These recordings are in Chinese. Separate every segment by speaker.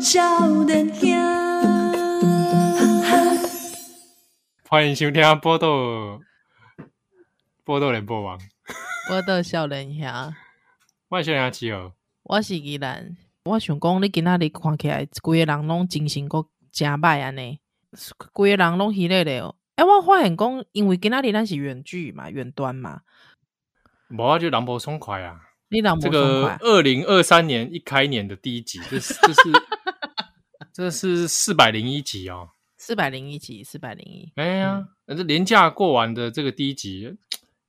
Speaker 1: 少年兄，哈哈。
Speaker 2: 欢迎收听《波豆波豆联播网》，
Speaker 3: 我到少年兄，
Speaker 2: 我是阿七哦。
Speaker 3: 我是宜兰。我想讲，你今仔日看起来，规个人拢精神阁诚歹安尼，规个人拢虚咧咧哦。哎、我发现讲，因为今仔日咱是远距嘛，远端嘛，
Speaker 2: 无啊，就人不爽快啊！
Speaker 3: 你人无
Speaker 2: 这
Speaker 3: 爽
Speaker 2: 个
Speaker 3: 快。
Speaker 2: 二零二三年一开年的第一集，这是 这是这是四百零一集哦。
Speaker 3: 四百零一集，四百零一，
Speaker 2: 哎呀，这年假过完的这个第一集，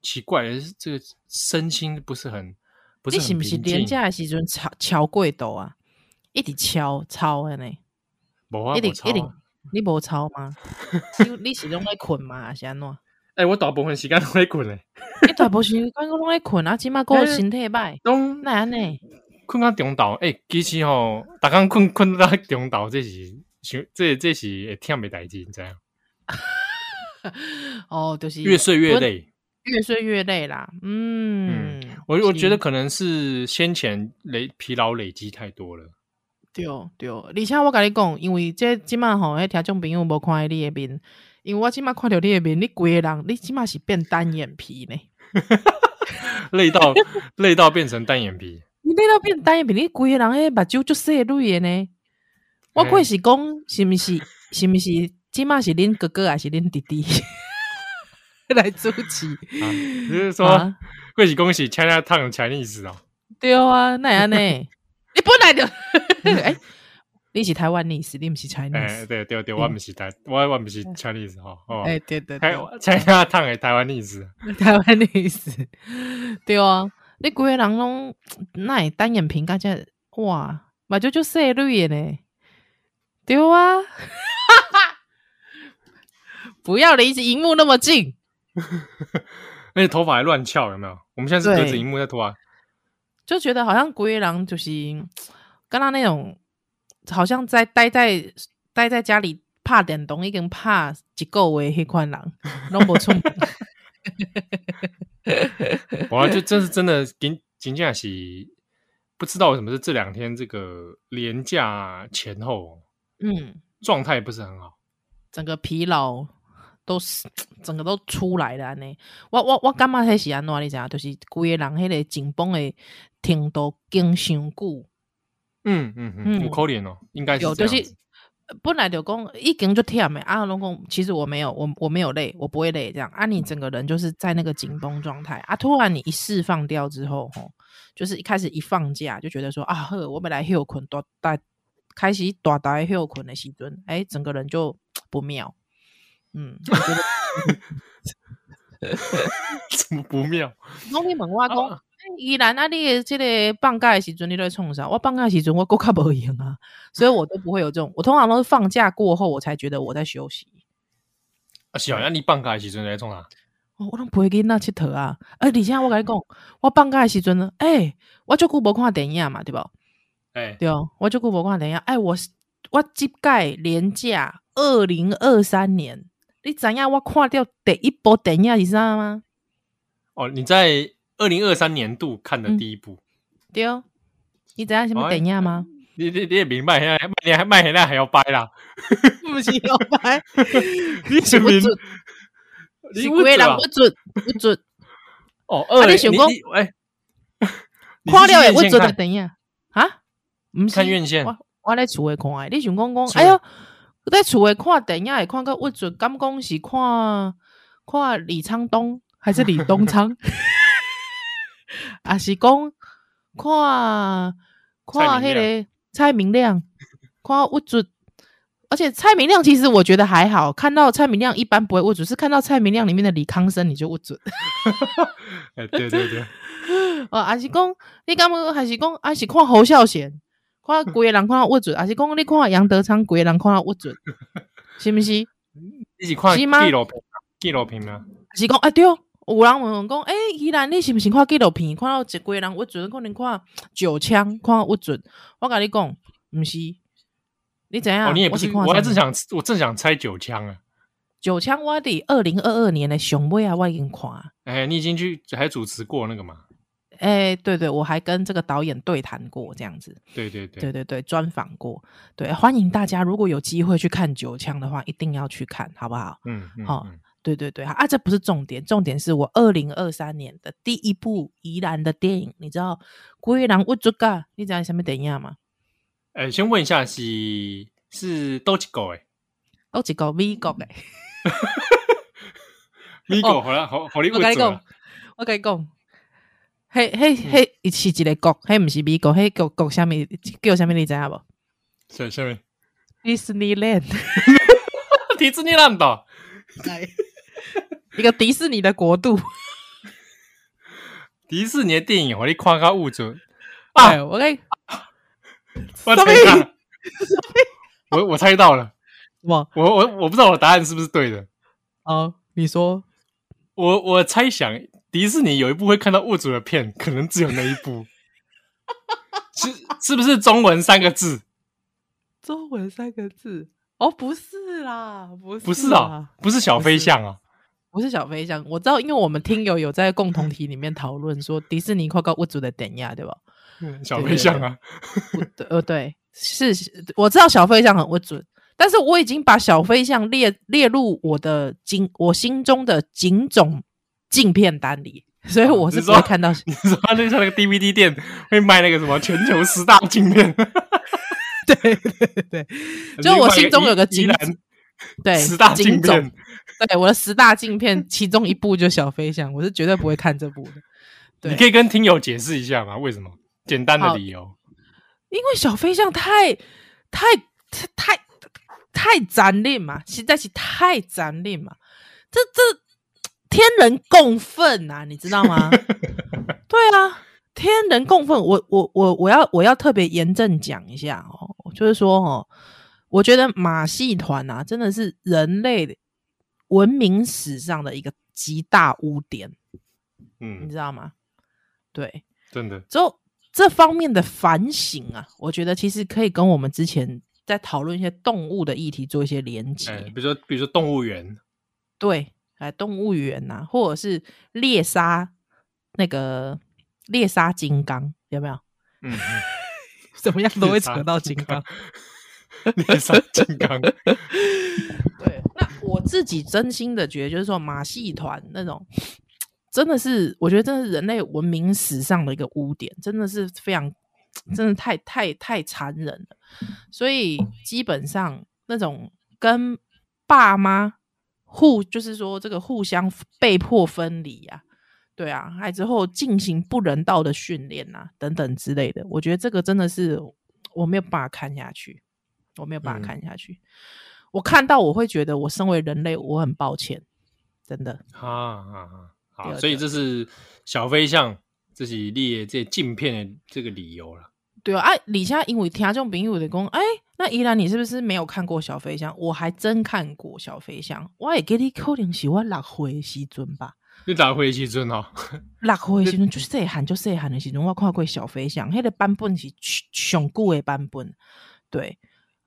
Speaker 2: 奇怪，这个身心不是很不是
Speaker 3: 你
Speaker 2: 很
Speaker 3: 是毋是
Speaker 2: 平静
Speaker 3: 廉价的时阵超超过度啊？一直超超安尼，
Speaker 2: 无啊，
Speaker 3: 一直
Speaker 2: 我操啊
Speaker 3: 一直，你无超 吗？你你是拢咧困吗？还是安怎？
Speaker 2: 哎，我大部分时间都在困嘞，
Speaker 3: 你大部分时间拢咧困啊，即码
Speaker 2: 哎
Speaker 3: 个身体歹，
Speaker 2: 拢
Speaker 3: 那安尼。
Speaker 2: 困到中昼，诶、其实 吼，逐工困困到中昼，这是想这这是会忝的代志，你知
Speaker 3: 啊
Speaker 2: 影？
Speaker 3: 哦，就是
Speaker 2: 越睡越
Speaker 3: 我
Speaker 2: 累。
Speaker 3: 越睡越累啦。嗯，
Speaker 2: 我我觉得
Speaker 3: 是
Speaker 2: 可能是先前累疲劳累积太多了。
Speaker 3: 对对，而且我甲你讲，因为这即满吼，迄听众朋友无看你诶面，因为我即满看着你诶面，你规个人，你即满是变单眼皮呢。
Speaker 2: 累到累到变成单眼皮，
Speaker 3: 你累到变单眼皮，你规个人迄目睭足细蕊诶呢。我
Speaker 2: 嘿
Speaker 3: 过是讲，是毋是是毋是，即满是恁哥哥还是恁弟弟 来主持？
Speaker 2: 啊、就是说
Speaker 3: 啊，
Speaker 2: 恭喜恭喜，China Town Chinese 哦，
Speaker 3: 对啊，那安尼，你本来就 哎，你是台湾历史，你毋是 Chinese
Speaker 2: 哎、。对对对，我不是台，我我不是 Chinese 哦，哦，
Speaker 3: 嗯哎、对对
Speaker 2: 台
Speaker 3: 对，
Speaker 2: China Town 的台湾历史，
Speaker 3: 台湾的意思， 对啊，你规个人拢那会单眼皮，感觉哇，目睭就细绿的呢，对啊， 不要离荧幕那么近，
Speaker 2: 而且头发还乱翘，有没有？我们现在是隔着
Speaker 3: 对
Speaker 2: 荧幕在啊头发，
Speaker 3: 就觉得好像规个人就是刚刚那种，好像在待在待在家里拍电动，已经拍一个月迄款人，拢无出门。
Speaker 2: 哇，就这是真的，仅仅仅是不知道为什么是这两天这个廉假前后
Speaker 3: 嗯，
Speaker 2: 状态不是很好。
Speaker 3: 整个疲劳都是整个都出来了安尼。我我我感觉迄是安怎你知影，啊就是规个人迄个紧绷的程度经伤久，
Speaker 2: 嗯嗯嗯，
Speaker 3: 嗯
Speaker 2: 有扣脸哦，应该是
Speaker 3: 有
Speaker 2: 这样
Speaker 3: 就是
Speaker 2: 子
Speaker 3: 呃本来就讲已经就忝的啊，拢讲其实我没有，我我没有累，我不会累这样啊。你整个人就是在那个紧绷状态啊，突然你一释放掉之后，吼，就是一开始一放假就觉得说啊，呵，我本来休困大大开始大大休困的时阵，哎、整个人就不妙，嗯。
Speaker 2: 怎么 不妙？
Speaker 3: 拢你问我讲，
Speaker 2: 啊
Speaker 3: 欸依然啊，你的这个放假的时阵，你都在冲啥？我放假的时阵，我够较无闲啊， 所以我都不会有这种。我通常都是放假过后，我才觉得我在休息。
Speaker 2: 啊，是哦，那你放假的时阵来创啥？
Speaker 3: 哦、我拢陪囡仔佚佗啊！而而且我甲你讲，我放假的时阵呢，诶、我足久无看电影嘛，对无？
Speaker 2: 哎，
Speaker 3: 对哦，我足久无看电影。哎，我是我即届年假二零二三年，你知影我看掉第一部电影是啥吗？
Speaker 2: 哦，你在二零二三年度看
Speaker 3: 嗯
Speaker 2: 的第一部，
Speaker 3: 对哦，你知影什么电影吗？
Speaker 2: 你你你也明白，现在你还卖现在还要掰啦，
Speaker 3: 不是摇 摆，
Speaker 2: 你
Speaker 3: 是不
Speaker 2: 明
Speaker 3: 准
Speaker 2: 你
Speaker 3: 是
Speaker 2: 不准
Speaker 3: 规人
Speaker 2: 啊
Speaker 3: 不准不准，
Speaker 2: 哦，二
Speaker 3: 你想讲
Speaker 2: 你 哎，你是
Speaker 3: 看了也
Speaker 2: 去
Speaker 3: 不
Speaker 2: 院
Speaker 3: 准
Speaker 2: 线
Speaker 3: 的，
Speaker 2: 看
Speaker 3: 等一下啊，唔是
Speaker 2: 看院线
Speaker 3: 我我咧厝诶看的，你想讲讲，
Speaker 2: 厝
Speaker 3: 哎
Speaker 2: 的
Speaker 3: 哟，我在厝诶看电影会看到不准，敢讲是看看李沧东还是李东 昌，啊是讲看看
Speaker 2: 蔡明
Speaker 3: 迄个蔡明亮，看不准。而且蔡明亮其实我觉得还好，看到蔡明亮一般不会握准，是看到蔡明亮里面的李康生你就握准。
Speaker 2: 哎，对对 对，
Speaker 3: 哦，还是讲你感觉还是讲还是看侯孝贤， 看规个人看到握准，还是讲你看杨德昌规个人看到握准，是毋是？
Speaker 2: 一起看
Speaker 3: 是吗
Speaker 2: 纪录片，啊纪录片吗？
Speaker 3: 还是讲哎、对哦，有人问讲，诶、欸，依然你是毋是看纪录片，看到一规个人握准，可能看九枪，看到握准，我甲你讲，毋是，你知影？
Speaker 2: 哦，你也不是，
Speaker 3: 我看
Speaker 2: 我还
Speaker 3: 啥
Speaker 2: 正想，我正想猜九枪啊，
Speaker 3: 九枪，我伫二零二二年的上尾啊，我已经看了。
Speaker 2: 哎，你已经去还主持过那个嘛？
Speaker 3: 哎、对对，我还跟这个导演对谈过，这样子，
Speaker 2: 对对对，
Speaker 3: 对嗯对对，专访过，对，欢迎大家，如果有机会去看《九枪》的话，一定要去看，好不好？
Speaker 2: 嗯嗯
Speaker 3: 好
Speaker 2: 嗯
Speaker 3: 对对对，啊，这不是重点，重点是我二零二三年的第一部宜兰的电影，你知道《归兰乌竹嘎》，你知道什么电影吗？
Speaker 2: 哎、先问一下是是都几狗哎
Speaker 3: 我一个美国的，
Speaker 2: 米狗好了，好好哦你
Speaker 3: 我跟
Speaker 2: 问
Speaker 3: 你
Speaker 2: 准啊
Speaker 3: 讲
Speaker 2: 了，，
Speaker 3: 我跟你讲，迄迄迄伊是一个国，迄毋是美国，迄国国啥物叫啥物，你知影无
Speaker 2: 下下面
Speaker 3: ？Disneyland，
Speaker 2: 迪士尼烂岛，
Speaker 3: 一个迪士尼的国度
Speaker 2: 迪士尼的电影好你夸夸误准
Speaker 3: 啊！
Speaker 2: 啊
Speaker 3: 哎，我跟你
Speaker 2: 我
Speaker 3: 什
Speaker 2: 猜
Speaker 3: 么
Speaker 2: 到了，我我猜到了，
Speaker 3: 我
Speaker 2: 我我我不知道我答案是不是对的，
Speaker 3: 哦，你说
Speaker 2: 我我猜想迪士尼有一部会看到物主的片，可能只有那一 部，是是不是中文三个字？
Speaker 3: 中文三个字？哦，不是啦，不是
Speaker 2: 不是
Speaker 3: 啊
Speaker 2: 啊，，不是小飞象啊，
Speaker 3: 不是小飞象，我知道，因为我们听友有在共同体里面讨论说迪士尼快告物主的典雅，对吧？
Speaker 2: 嗯小飞象啊，
Speaker 3: 不对呃，对，是我知道小飞象很物主，但是我已经把小飞象列列入我的警我心中的警种禁片单里，所以
Speaker 2: 哦
Speaker 3: 我
Speaker 2: 你
Speaker 3: 是
Speaker 2: 是
Speaker 3: 不会
Speaker 2: 说
Speaker 3: 看到。
Speaker 2: 你说他那像那个 DVD 店会卖那个什么全球十大镜片，
Speaker 3: 对对对，就我心中有个
Speaker 2: 宜
Speaker 3: 警
Speaker 2: 兰
Speaker 3: 对
Speaker 2: 十大
Speaker 3: 警
Speaker 2: 镜
Speaker 3: 种
Speaker 2: 片，，
Speaker 3: 对我的十大禁片，其中一部就小飞象，我是绝对不会看这部的。对
Speaker 2: 你可以跟听友解释一下吗？为什么？简单的
Speaker 3: 好
Speaker 2: 理由，
Speaker 3: 因为小飞象太太太太太残忍嘛，实在是太残忍嘛，这这天人共愤呐、你知道吗？ 对啊，天人共愤。我我我我要我要特别严正讲一下哦，就是说哦，我觉得马戏团啊，真的是人类文明史上的一个极大污点，你
Speaker 2: 嗯，
Speaker 3: 知道吗？对，
Speaker 2: 真的，
Speaker 3: 之后这方面的反省啊，我觉得其实可以跟我们之前在讨论一些动物的议题做一些连接。
Speaker 2: 哎，比如说比如说动物园，
Speaker 3: 对，哎，动物园呐、或者是猎杀那个猎杀金刚，有没有？
Speaker 2: 嗯， 嗯
Speaker 3: 怎么样
Speaker 2: 都会扯到金 刚，猎杀金刚，
Speaker 3: 对，那我自己真心的觉得，就是说马戏团那种， 真的是我觉得真的是人类文明史上的一个污点，真的是非常， 真的太太太残忍了。所以基本上那种跟爸妈互，就是说这个互相被迫分离啊。对啊，还之后进行不人道的训练啊，等等之类的，我觉得这个真的是我没有办法看下去，我没有办法
Speaker 2: 嗯
Speaker 3: 看下去。我看到我会觉得，我身为人类，我很抱歉，真的。
Speaker 2: 啊啊啊！
Speaker 3: 对
Speaker 2: 好，
Speaker 3: 啊
Speaker 2: 所以
Speaker 3: 对啊
Speaker 2: 这是小飞象自己列这镜片的这个理由了。
Speaker 3: 对啊，啊，李佳因为听众朋友的讲，哎、那依然你是不是没有看过小飞象？我还真看过小飞象，我也给你可能是我六岁的时阵吧，
Speaker 2: 你打回去尊哦，
Speaker 3: 六岁的时阵就是细汉就细汉的时阵，我看过小飞象，迄、个版本是上久的版本，对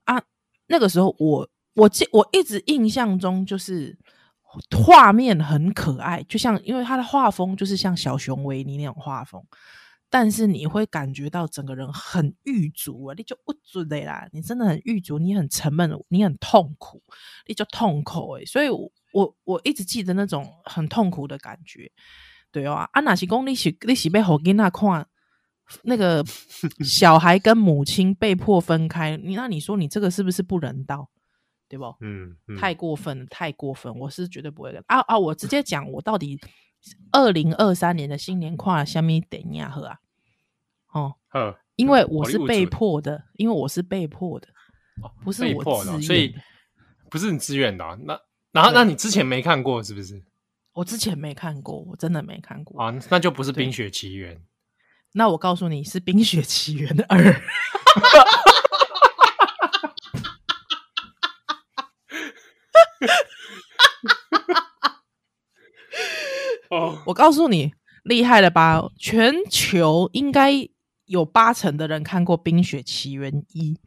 Speaker 3: 啊，那个时候我我记我一直印象中就是。画面很可爱，就像因为它的画风就是像小熊维尼那种画风，但是你会感觉到整个人很郁卒啊，你就不足的啦，你真的很郁卒，你很沉闷，你很痛苦，你就痛苦诶、所以我我我一直记得那种很痛苦的感觉，对哦啊，啊哪是讲你是你是被好囡仔看那个小孩跟母亲被迫分开，你那你说你这个是不是不人道，对不？
Speaker 2: 嗯，嗯
Speaker 3: 太过分了，太过分，我是绝对不会的。啊啊！我直接讲，我到底二零二三年的新年跨虾米等亚喝啊？哦，
Speaker 2: 呵，
Speaker 3: 因为我
Speaker 2: 好
Speaker 3: 是
Speaker 2: 你有
Speaker 3: 被
Speaker 2: 准
Speaker 3: 迫的，因为我是被迫的，不是
Speaker 2: 被
Speaker 3: 我
Speaker 2: 迫
Speaker 3: 自
Speaker 2: 的
Speaker 3: 愿
Speaker 2: 哦，
Speaker 3: 的。
Speaker 2: 所以不是你自愿的哦。那然后
Speaker 3: 对
Speaker 2: 那你之前没看过是不是？
Speaker 3: 我之前没看过，我真的没看过。
Speaker 2: 啊，那就不是《
Speaker 3: 对
Speaker 2: 冰雪奇缘》。
Speaker 3: 那我告诉你，是《冰雪奇缘》二。
Speaker 2: 哦，
Speaker 3: 我告诉你，厉害了吧？全球应该有八成的人看过《冰雪奇缘》一，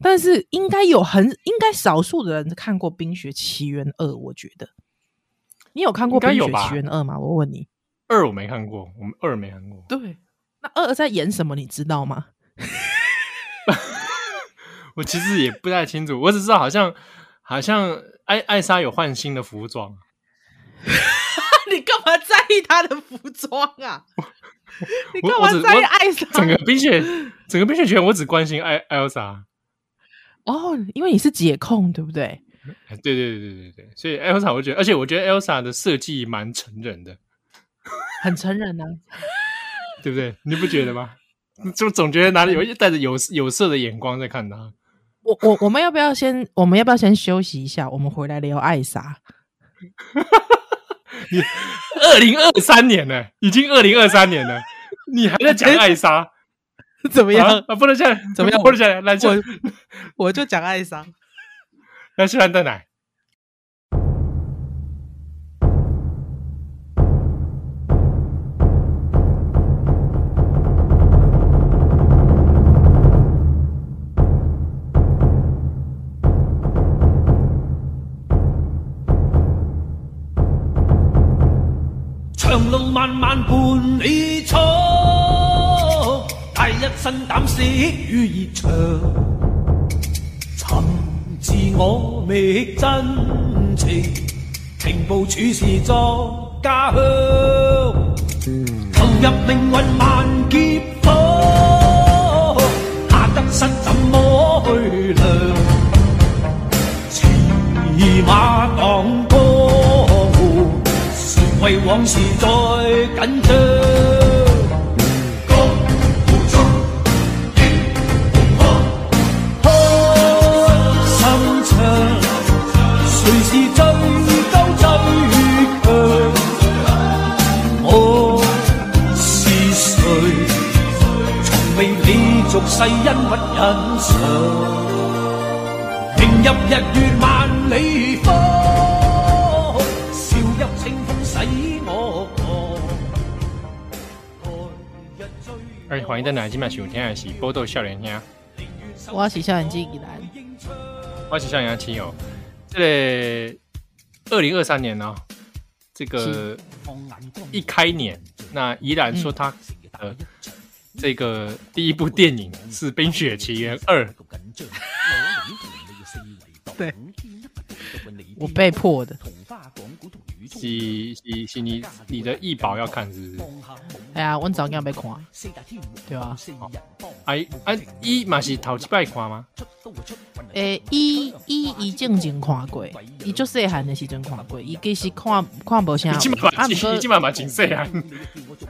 Speaker 3: 但是应该有很应该少数的人看过《冰雪奇缘二》。我觉得，你有看过
Speaker 2: 应
Speaker 3: 《
Speaker 2: 该
Speaker 3: 冰
Speaker 2: 有
Speaker 3: 雪
Speaker 2: 吧
Speaker 3: 奇缘二》吗？我问你，
Speaker 2: 二我没看过，我们二没看过。
Speaker 3: 对，那二在演什么，你知道吗？
Speaker 2: 我其实也不太清楚，我只知道好像好像艾艾莎有换新的服装，
Speaker 3: 你干嘛在意他的服装 啊？你干
Speaker 2: 我
Speaker 3: 嘛
Speaker 2: 只
Speaker 3: 在意
Speaker 2: 我
Speaker 3: 艾莎？
Speaker 2: 整个冰雪整个冰雪奇缘我只关心艾艾莎。
Speaker 3: 哦，因为你是解控，对不对？
Speaker 2: 哎对对对对对对，所以 Elsa 我觉得，而且我觉得 Elsa 的设计蛮成人的，
Speaker 3: 很成人啊呢、
Speaker 2: 对不对？你不觉得吗？ 就总觉得哪里有带着有有色的眼光在看他。
Speaker 3: 我我我们要不要先我们要不要先休息一下？我们回来聊艾莎。
Speaker 2: 二零二三年呢、已经二零二三年了，你还在讲艾莎？
Speaker 3: 怎么
Speaker 2: 不
Speaker 3: 样？
Speaker 2: 啊，不能这样，
Speaker 3: 怎么样
Speaker 2: 不能这样，来去
Speaker 3: 我我就讲艾莎。
Speaker 2: 来去蓝蛋奶。
Speaker 1: 长路漫漫伴你闯，带一身胆识与热肠，寻自我觅真情，情步处事作家乡，投入命运万劫火，下得失怎么去量？骑马荡江湖，谁为往事再紧张？江湖中英雄开心唱，谁是最高最强？我是谁？从未理俗世恩物欣赏。迎入日月萬里風，笑泣清風使我過。來日追
Speaker 2: 哎、欢迎蛋奶，今晚收听的是《波豆笑脸兄》，
Speaker 3: 我要洗笑眼睛一来。
Speaker 2: 我是笑脸亲友。这二零二三年呢、哦这个一开年，那依然说他呃这个第一部电影是《冰雪奇缘 二》，
Speaker 3: 对，我被迫的。
Speaker 2: 是是是你你的易宝要看是不是？
Speaker 3: 哎呀，我早上被看，对吧、啊？
Speaker 2: 哎啊一嘛是头一摆看吗？
Speaker 3: 诶，伊伊伊正经看过，伊足细汉的时阵看过，伊其实看看无啥
Speaker 2: 你。今嘛嘛，
Speaker 3: 毋过
Speaker 2: 你今嘛嘛真细啊！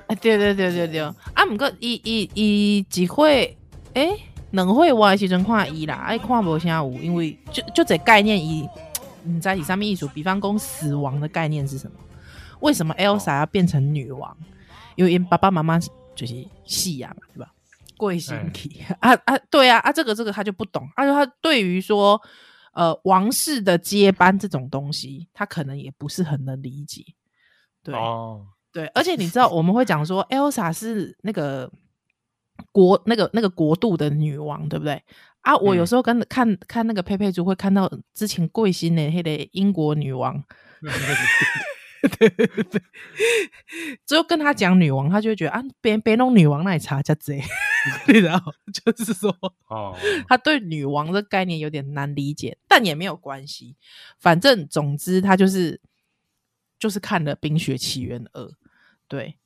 Speaker 3: 啊，对对对对对，啊，毋过伊伊伊一会诶，两会我的时阵看伊啦，爱看无啥有，因为就就这概念伊，毋知是啥物意思。比方讲死亡的概念是什么？为什么 Elsa 要变成女王？因为因爸爸妈妈就是戏啊嘛，对吧？贵星体、啊啊，对啊啊，这个这个他就不懂，而且他对于说呃王室的接班这种东西，他可能也不是很能理解。对，
Speaker 2: 哦，
Speaker 3: 对，而且你知道我们会讲说，Elsa 是那个国那个那个国度的女王，对不对？啊，我有
Speaker 2: 嗯
Speaker 3: 时候跟、看看那个佩佩猪，会看到之前贵新的那个英国女王，只有跟他讲女王，他就会觉得啊，别别弄女王奶茶加贼， 你知道， 就是说
Speaker 2: 哦，
Speaker 3: 他对女王的概念有点难理解，但也没有关系，反正总之他就是就是看了《冰雪奇缘二》，对，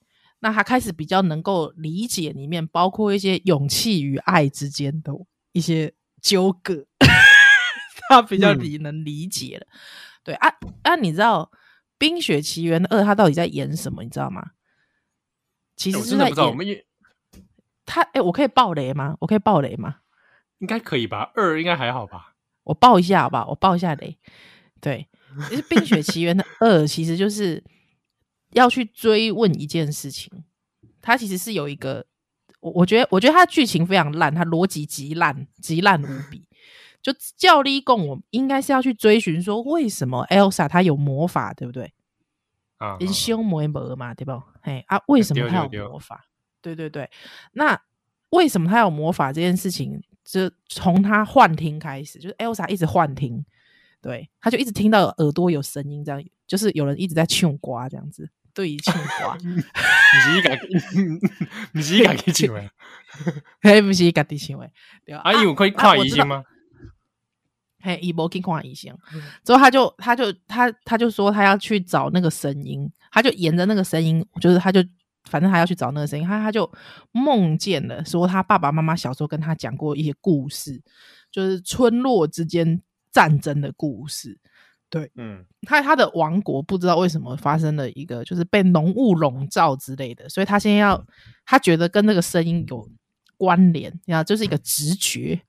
Speaker 3: 那他开始比较能够理解里面包括一些勇气与爱之间的一些纠葛， 他比
Speaker 2: 嗯
Speaker 3: 较理能理解了。对啊啊，你知道《冰雪奇缘二》它到底在演什么？你知道吗？其
Speaker 2: 哎
Speaker 3: 实
Speaker 2: 我
Speaker 3: 是
Speaker 2: 真的
Speaker 3: 在
Speaker 2: 不知道，我
Speaker 3: 演
Speaker 2: 们也
Speaker 3: 他哎、我可以爆雷吗？我可以爆雷吗？
Speaker 2: 应该可以吧？二应该还好吧？
Speaker 3: 我报一下好不好？我报一下雷。对，其实《冰雪奇缘》的二其实就是要去追问一件事情，它其实是有一个，我我觉得我觉得它的剧情非常烂，它逻辑极烂，极烂无比。就教力共，我应该是要去追寻说为什么 Elsa 她有魔法，对不对？
Speaker 2: 啊，
Speaker 3: 因修魔魔嘛，对不？嘿啊，为什么
Speaker 2: 对
Speaker 3: 他
Speaker 2: 对
Speaker 3: 有魔法？对对对，那为什么他有魔法这件事情，就从他幻听开始，就是 Elsa 一直幻听，对，他就一直听到耳朵有声音，这样就是有人一直在唱瓜这样子，啊对庆 华，
Speaker 2: 毋是伊 家己，毋是伊家己唱
Speaker 3: 啊
Speaker 2: 诶。
Speaker 3: 嘿，不是家己行为。对
Speaker 2: 啊，伊有可以看医生？
Speaker 3: 啊啊我知道
Speaker 2: 吗？
Speaker 3: 嘿，伊无去看医生，之后他就他就他他就说他要去找那个声音，他就沿着那个声音，就是他就反正他要去找那个声音，他他就梦见了，说他爸爸妈妈小时候跟他讲过一些故事，就是村落之间战争的故事。
Speaker 2: 嗯，
Speaker 3: 他他的王国不知道为什么发生了一个，就是被浓雾笼罩之类的，所以他现在要他觉得跟那个声音有关联，然后就是一个直觉，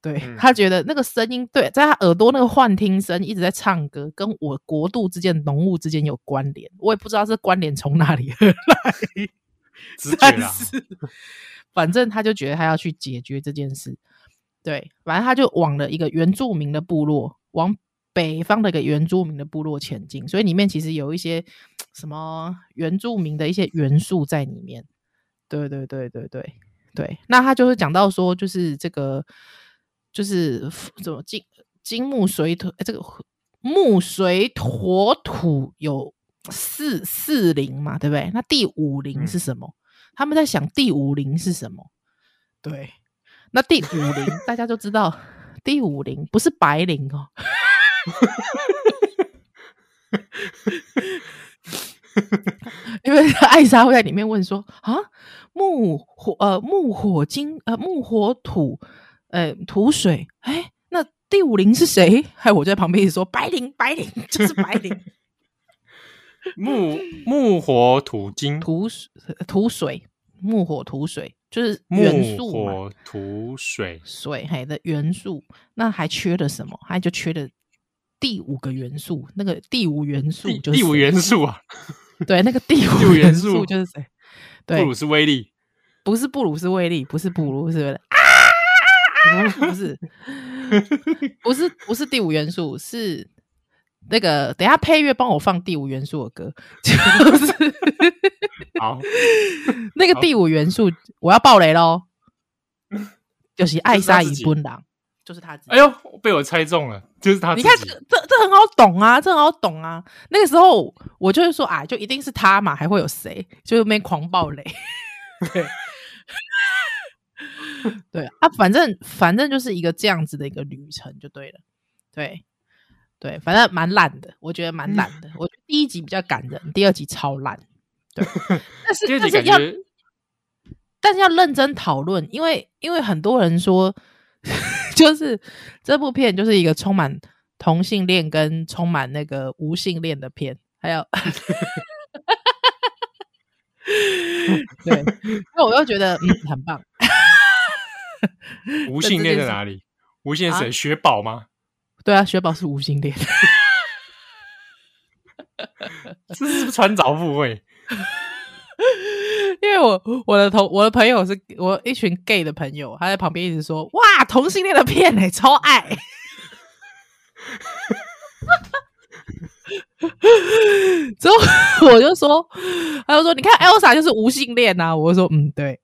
Speaker 3: 对、
Speaker 2: 嗯
Speaker 3: 他觉得那个声音对，在他耳朵那个幻听声一直在唱歌，跟我国度之间的浓雾之间有关联，我也不知道这关联从哪里 而来。
Speaker 2: 直觉
Speaker 3: 但
Speaker 2: 啦。
Speaker 3: 是，反正他就觉得他要去解决这件事。对，反正他就往了一个原住民的部落，往北方的一个原住民的部落前进，所以里面其实有一些什么原住民的一些元素在里面。对对对对对对，那他就是讲到说，就是这个，就是怎么金金木水土，呃这个木水火土有四四灵嘛，对不对？那第五灵是什么？他们在想第五灵是什么？对，那第五灵大家就知道，第五灵不是白灵哦， 因为艾莎会在里面问说啊，木火呃木火金呃木火土呃土水，哎，那第五灵是谁？害我在旁边一直说白灵白灵就是白灵
Speaker 2: 木木火土金，
Speaker 3: 土水土水木火土水就是元
Speaker 2: 木
Speaker 3: 素嘛。
Speaker 2: 火土水，
Speaker 3: 水嘿的元素，那还缺了什么？还就缺了第五个元素，那个第五元素
Speaker 2: 第
Speaker 3: 就是
Speaker 2: 第五
Speaker 3: 谁
Speaker 2: 元素啊，
Speaker 3: 对，那个第
Speaker 2: 第
Speaker 3: 五
Speaker 2: 五元
Speaker 3: 元
Speaker 2: 素
Speaker 3: 素就是谁？
Speaker 2: 布
Speaker 3: 对，
Speaker 2: 鲁斯威利。
Speaker 3: 不是布鲁斯威利，不是布鲁斯威利，不是，不是，不是第五元素，是那个等一下配乐帮我放第五元素的歌， 就是
Speaker 2: 好，
Speaker 3: 那个第五元素，我要爆雷喽，就是艾莎
Speaker 2: 就是他自
Speaker 3: 伊
Speaker 2: 己
Speaker 3: 本郎，就是他自己
Speaker 2: 哎。呦，被我猜中了，就是他自
Speaker 3: 你
Speaker 2: 己。
Speaker 3: 看这这这很好懂啊，这很好懂啊。那个时候我就是说啊，就一定是他嘛，还会有谁？就是那边狂暴雷。 对 对啊，反正反正就是一个这样子的一个旅程就对了。对对，反正蛮烂的，我觉得蛮烂的。我觉得第一集比较感人，第二集超烂。对， 但是
Speaker 2: 第二
Speaker 3: 但
Speaker 2: 集
Speaker 3: 是
Speaker 2: 感
Speaker 3: 要
Speaker 2: 觉
Speaker 3: 但是要认真讨论，因为因为很多人说， 就是这部片就是一个充满同性恋跟充满那个无性恋的片，还有，对，那我又觉得嗯很棒，
Speaker 2: 无性恋在哪里？无性恋是谁雪宝吗？
Speaker 3: 对啊，雪宝是无性恋，啊
Speaker 2: 这是不是穿凿附会？
Speaker 3: 因为我我的同我的朋友是我一群 gay 的朋友，他在旁边一直说哇同性恋的片哎、超爱。 之后我就说，他就说你看 Elsa 就是无性恋呐、啊，我就说嗯对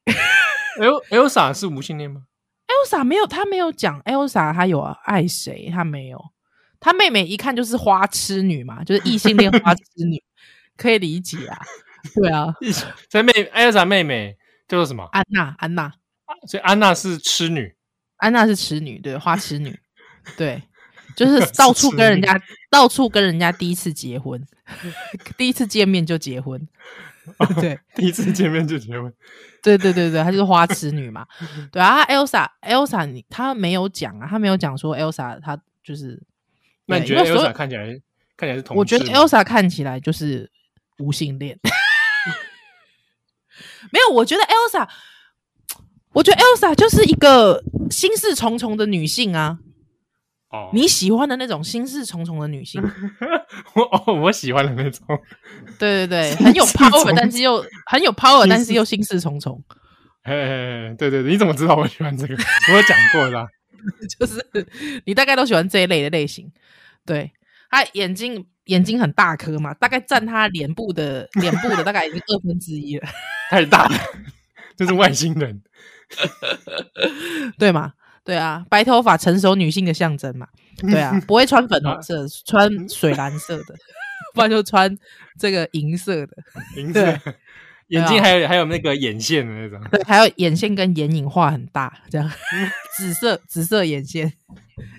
Speaker 2: ，L Elsa 是无性恋 吗？
Speaker 3: ，Elsa 没有他没有讲 Elsa 她有爱谁，她没有，她妹妹一看就是花痴女嘛，就是异性恋花痴女， 可以理解啊，对啊，
Speaker 2: 一起在妹 Elsa 妹妹叫做什么？
Speaker 3: 安娜安娜
Speaker 2: 所以安娜是痴女，
Speaker 3: 安娜是痴女，对，花 痴女，对，就是到处跟人家到处跟人家第一次结婚， 第一次见面就结婚，
Speaker 2: 哦
Speaker 3: 对
Speaker 2: 第一次见面就结婚。
Speaker 3: 对对对对，她就是花痴 女嘛，对啊她，Elsa Elsa 你她没有讲啊，她没有讲说 Elsa 她就是，
Speaker 2: 那你
Speaker 3: 对
Speaker 2: 觉得
Speaker 3: 因为所有
Speaker 2: Elsa 看起来看起来是同志吗？
Speaker 3: 我觉得 Elsa 看起来就是无性恋， 没有，我觉得 Elsa，我觉得 Elsa 就是一个心事重重的女性啊。
Speaker 2: 哦，
Speaker 3: 你喜欢的那种心事重重的女性，
Speaker 2: 我哦，我喜欢的那种。
Speaker 3: 对对对，很有
Speaker 2: 心事重
Speaker 3: power，
Speaker 2: 重
Speaker 3: 但是又很有 power，
Speaker 2: 事
Speaker 3: 但是又心事重重，
Speaker 2: 嘿嘿嘿，对对对，你怎么知道我喜欢这个？我有讲过啦。
Speaker 3: 就是你大概都喜欢这一类的类型。对，他眼睛眼睛很大颗嘛，大概占他脸部的 脸部的大概已经二分之一了，
Speaker 2: 太大了，就是外星人。
Speaker 3: 对吗？对啊，白头 发成熟女性的象征嘛，对啊，不会穿粉红色，穿水蓝色的，不然就穿这个银色的，
Speaker 2: 银色，眼
Speaker 3: 啊
Speaker 2: 睛还有还有那个眼线的那种，
Speaker 3: 对，还有眼线跟眼影画很大，这样紫色紫色眼线，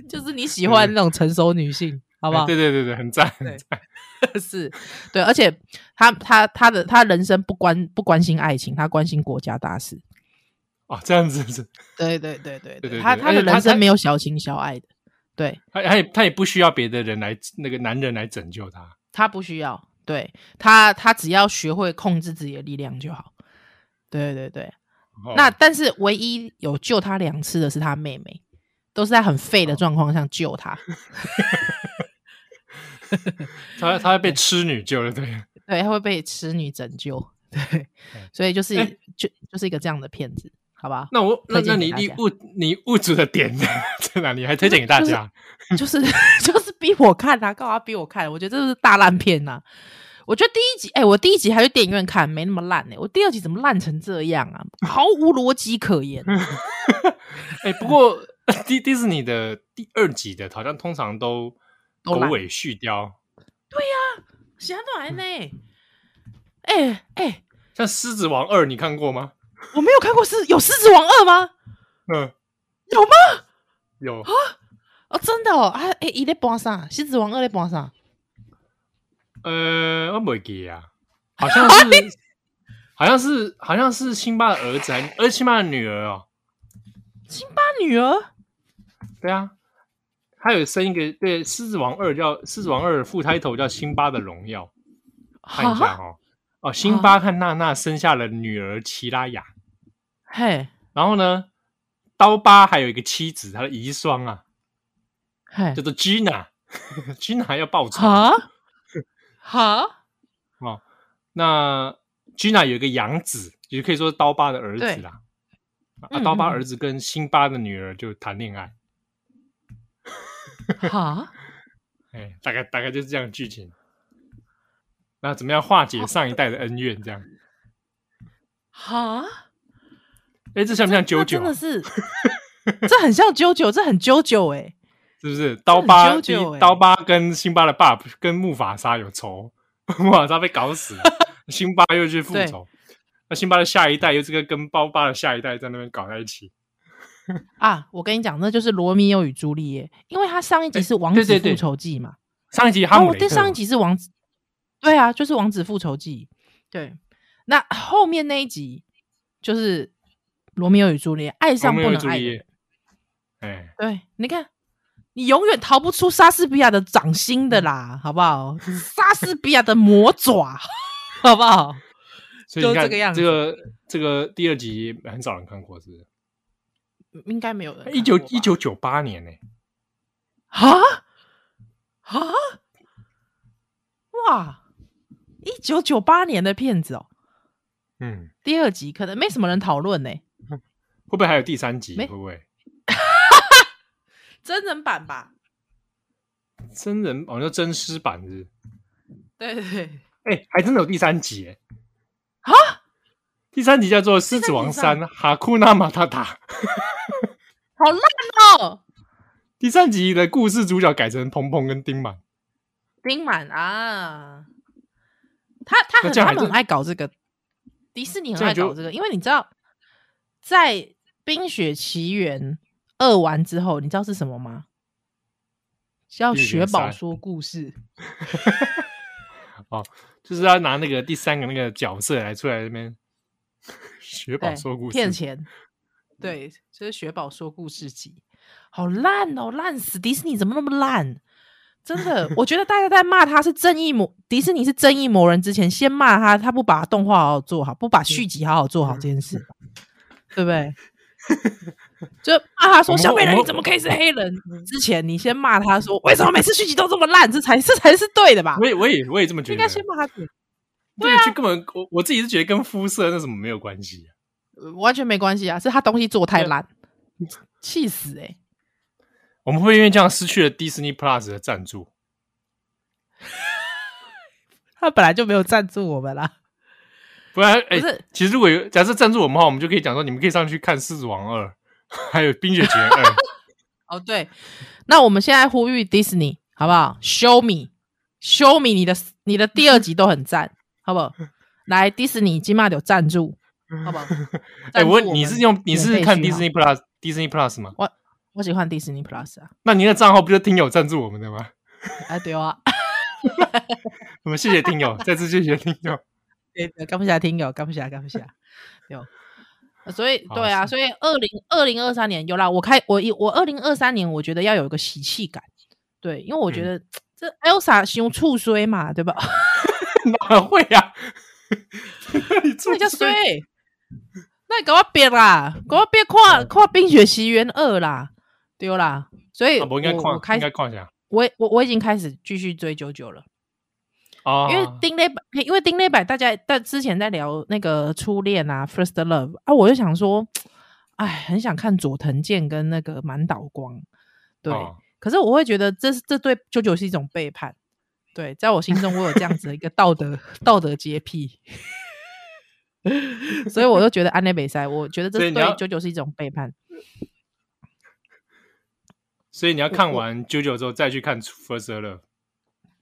Speaker 3: 就是你喜欢那种成熟女性，好不好？
Speaker 2: 对对对对，很赞
Speaker 3: 对
Speaker 2: 很赞。
Speaker 3: 是，对，而且他他他的他人生不关不关心爱情，他关心国家大事。
Speaker 2: 哦，这样子是，
Speaker 3: 对对对对
Speaker 2: 对对
Speaker 3: 他
Speaker 2: 对
Speaker 3: 他
Speaker 2: 而
Speaker 3: 的
Speaker 2: 且他
Speaker 3: 人
Speaker 2: 他
Speaker 3: 生没有小情小爱的，对
Speaker 2: 他他也他也不需要别的人来那个男人来拯救他。
Speaker 3: 他不需要，对他他只要学会控制自己的力量就好。对对对，
Speaker 2: 哦
Speaker 3: 那但是唯一有救他两次的是他妹妹，都是在很废
Speaker 2: 哦
Speaker 3: 的状况下救他。
Speaker 2: 他他被痴女救了，对。
Speaker 3: 对，他会被痴女拯救，对，所以就是、
Speaker 2: 哎
Speaker 3: 就就是一个这样的骗子，好吧？
Speaker 2: 那我那
Speaker 3: 推
Speaker 2: 那
Speaker 3: 荐给
Speaker 2: 你
Speaker 3: 大
Speaker 2: 你
Speaker 3: 家
Speaker 2: 物你物主的点 在哪里？还推荐给大
Speaker 3: 就是
Speaker 2: 家？
Speaker 3: 就是 就是逼我看啊，干嘛逼我看？我觉得这是大烂片呐、我觉得第一集，哎、我第一集还去电影院看，没那么烂哎、我第二集怎么烂成这样啊？毫无逻辑可言。
Speaker 2: 哎、不过 迪迪士尼的第二集的，好像通常都
Speaker 3: 都
Speaker 2: 狗
Speaker 3: 烂
Speaker 2: 尾续貂，
Speaker 3: 想暖呢？哎、哎、
Speaker 2: 像《狮子王二》，你看过吗？
Speaker 3: 我没有看过狮有《狮子王二》吗？
Speaker 2: 嗯，
Speaker 3: 有吗？
Speaker 2: 有，
Speaker 3: 哦，真的哦，啊，哎、一在播啥？《狮子王二》在播啥？
Speaker 2: 呃，我没记啊，好像
Speaker 3: 哎
Speaker 2: 是，好像是，好像是辛巴的儿子还，而辛巴的女儿哦，
Speaker 3: 辛巴女儿
Speaker 2: 对啊，他有生一个，对，《狮子王二》叫《狮子王二》，副抬头叫《辛巴的荣耀》，看一下
Speaker 3: 啊哈啊
Speaker 2: 哦，哦，辛巴和娜娜生下了女儿奇拉雅，
Speaker 3: 嘿
Speaker 2: 然后呢，刀疤还有一个妻子，他的遗孀啊，
Speaker 3: 嘿
Speaker 2: 叫，做 Gina，Gina 要报仇。
Speaker 3: 哈哈，
Speaker 2: 哦，那 Gina 有一个养子，也可以说是刀疤的儿子啦。啊，
Speaker 3: 嗯
Speaker 2: 刀疤
Speaker 3: 嗯
Speaker 2: 儿子跟辛巴的女儿就谈恋爱，
Speaker 3: 哈。
Speaker 2: 哎，大概大概就是这样的剧情。那怎么样化解上一代的恩怨？这样，
Speaker 3: 哈，
Speaker 2: 哎，这像不像
Speaker 3: 那
Speaker 2: 九九
Speaker 3: 真
Speaker 2: 啊？
Speaker 3: 的是，这很像啾啾，这很啾啾哎、
Speaker 2: 是不是？刀疤
Speaker 3: 很
Speaker 2: 第
Speaker 3: 久
Speaker 2: 一
Speaker 3: 欸
Speaker 2: 刀疤跟辛巴的爸跟木法沙有仇，木法沙被搞死 了，辛巴又去复
Speaker 3: 对
Speaker 2: 仇。那辛巴的下一代又这个跟刀疤的下一代在那边搞在一起，
Speaker 3: 啊！我跟你讲，那就是罗密欧与朱丽叶，因为他上一集是《王
Speaker 2: 哎对对
Speaker 3: 子
Speaker 2: 对
Speaker 3: 复仇记》嘛，
Speaker 2: 上一集哈
Speaker 3: 然
Speaker 2: 姆
Speaker 3: 后
Speaker 2: 雷特
Speaker 3: 哦对上一集是王子，对啊，就是《王子复仇记》。对，那后面那一集就是罗密欧与朱丽叶爱上
Speaker 2: 罗
Speaker 3: 不
Speaker 2: 密欧与
Speaker 3: 能
Speaker 2: 朱
Speaker 3: 爱
Speaker 2: 丽
Speaker 3: 的
Speaker 2: 叶，哎，
Speaker 3: 对，你看，你永远逃不出莎士比亚的掌心的啦，好不好？ 莎士比亚的魔爪，好不好？
Speaker 2: 所以你
Speaker 3: 就
Speaker 2: 看
Speaker 3: 这个样子
Speaker 2: 这个这个第二集很少人看过，是不是？
Speaker 3: 应该没有人看
Speaker 2: 一九
Speaker 3: 过吧
Speaker 2: 一九九八年呢、
Speaker 3: 啊啊哇！一九九八年的片子哦，
Speaker 2: 嗯，
Speaker 3: 第二集可能没什么人讨论呢，
Speaker 2: 会不会还有第三集？
Speaker 3: 没
Speaker 2: 会不会
Speaker 3: 真人版吧？
Speaker 2: 真人哦，那真尸版是不是？
Speaker 3: 对对对，
Speaker 2: 哎、还真的有第三集哎、
Speaker 3: 啊！
Speaker 2: 第三集叫做《狮子王
Speaker 3: 第
Speaker 2: 三哈库纳马塔塔》。
Speaker 3: 好烂哦！
Speaker 2: 第三集的故事主角改成鹏鹏跟丁满，
Speaker 3: 丁满啊，他他
Speaker 2: 那
Speaker 3: 很
Speaker 2: 这样
Speaker 3: 他
Speaker 2: 还
Speaker 3: 们很
Speaker 2: 真
Speaker 3: 爱搞这个，迪士尼
Speaker 2: 这
Speaker 3: 很
Speaker 2: 样
Speaker 3: 爱搞
Speaker 2: 就
Speaker 3: 这个，因为你知道，在《冰雪奇缘》二完之后，你知道是什么吗？叫
Speaker 2: 冰雪
Speaker 3: 雪宝
Speaker 2: 三
Speaker 3: 说故事。
Speaker 2: 就是要拿那个第三个那个角色来出来那边雪宝
Speaker 3: 对，
Speaker 2: 说故事，
Speaker 3: 哎
Speaker 2: 嗯
Speaker 3: 骗钱，对，这是雪宝说故事集，好烂哦，烂死！迪士尼怎么那么烂？真的，我觉得大家在骂他是正义魔，迪士尼是正义魔人之前，先骂他，他不把动画好好做好，不把续集好好做好这件事，对 不对？就骂他
Speaker 2: 我
Speaker 3: 说
Speaker 2: 们
Speaker 3: 小美
Speaker 2: 我
Speaker 3: 人
Speaker 2: 们嗯
Speaker 3: 你怎么可以是黑人？之前你先骂他说为什么每次续集都这么烂，这才这才是对的吧？
Speaker 2: 我也我也我也这么觉
Speaker 3: 应
Speaker 2: 得。
Speaker 3: 该先骂他对啊
Speaker 2: 这个剧根本我我自己是觉得跟肤色那什么没有关系、啊
Speaker 3: 呃完全没关系啊，是他东西做太
Speaker 2: 对
Speaker 3: 烂，气死哎、
Speaker 2: 我们会因为这样失去了 Disney Plus 的赞助。
Speaker 3: 他本来就没有赞助我们啦。
Speaker 2: 不然，哎、
Speaker 3: 不是
Speaker 2: 其实如果有假设赞助我们的话，我们就可以讲说，你们可以上去看《狮子王二》，还有《冰雪奇缘二》
Speaker 3: 哦，对，那我们现在呼吁迪士尼好不好？Show me, show me 你的你的第二集都很赞，好不好？来，迪士尼金马有赞助，好不好？
Speaker 2: 哎、
Speaker 3: 赞助
Speaker 2: 我
Speaker 3: 们
Speaker 2: 问你是用你
Speaker 3: 免
Speaker 2: 是
Speaker 3: 费
Speaker 2: 看
Speaker 3: 序
Speaker 2: Disney
Speaker 3: 号
Speaker 2: Plus Disney Plus 吗？
Speaker 3: 我我喜欢迪士尼 Plus 啊，
Speaker 2: 那您的账号不就听友赞助我们的吗？
Speaker 3: 哎 对啊，
Speaker 2: 我们谢谢听 友，再次谢谢听友。
Speaker 3: 对的，干不下听友，干不下，干不下，对哦。所以
Speaker 2: 好
Speaker 3: 对啊，
Speaker 2: 是
Speaker 3: 所以二零二零二三年有啦，我开我一我二零二三年，我觉得要有一个喜气感，对，因为我
Speaker 2: 嗯
Speaker 3: 觉得、这 Elsa 形容触衰嘛，对吧？
Speaker 2: 哪会啊？ 你
Speaker 3: 这
Speaker 2: 这
Speaker 3: 个叫衰，那你给我别啦，给我别看看《冰雪奇缘二》啦，对啦，所以
Speaker 2: 啊，我应该看，
Speaker 3: 我开
Speaker 2: 应该
Speaker 3: 始
Speaker 2: 看一下
Speaker 3: 我我我已经开始继续追九九了。
Speaker 2: 哦，
Speaker 3: 因为丁磊百，因为丁磊百，大家在之前在聊那个初恋啊，first love 啊，我就想说，哎，很想看佐藤健跟那个满岛光，对。
Speaker 2: 哦
Speaker 3: 可是我会觉得这是这对九九是一种背叛，对，在我心中我有这样子的一个道 德道德洁癖，所以我就觉得安内北塞，我觉得这
Speaker 2: 所以你要
Speaker 3: 对九九是一种背叛。
Speaker 2: 所以你要看完九九之后再去看 First Love。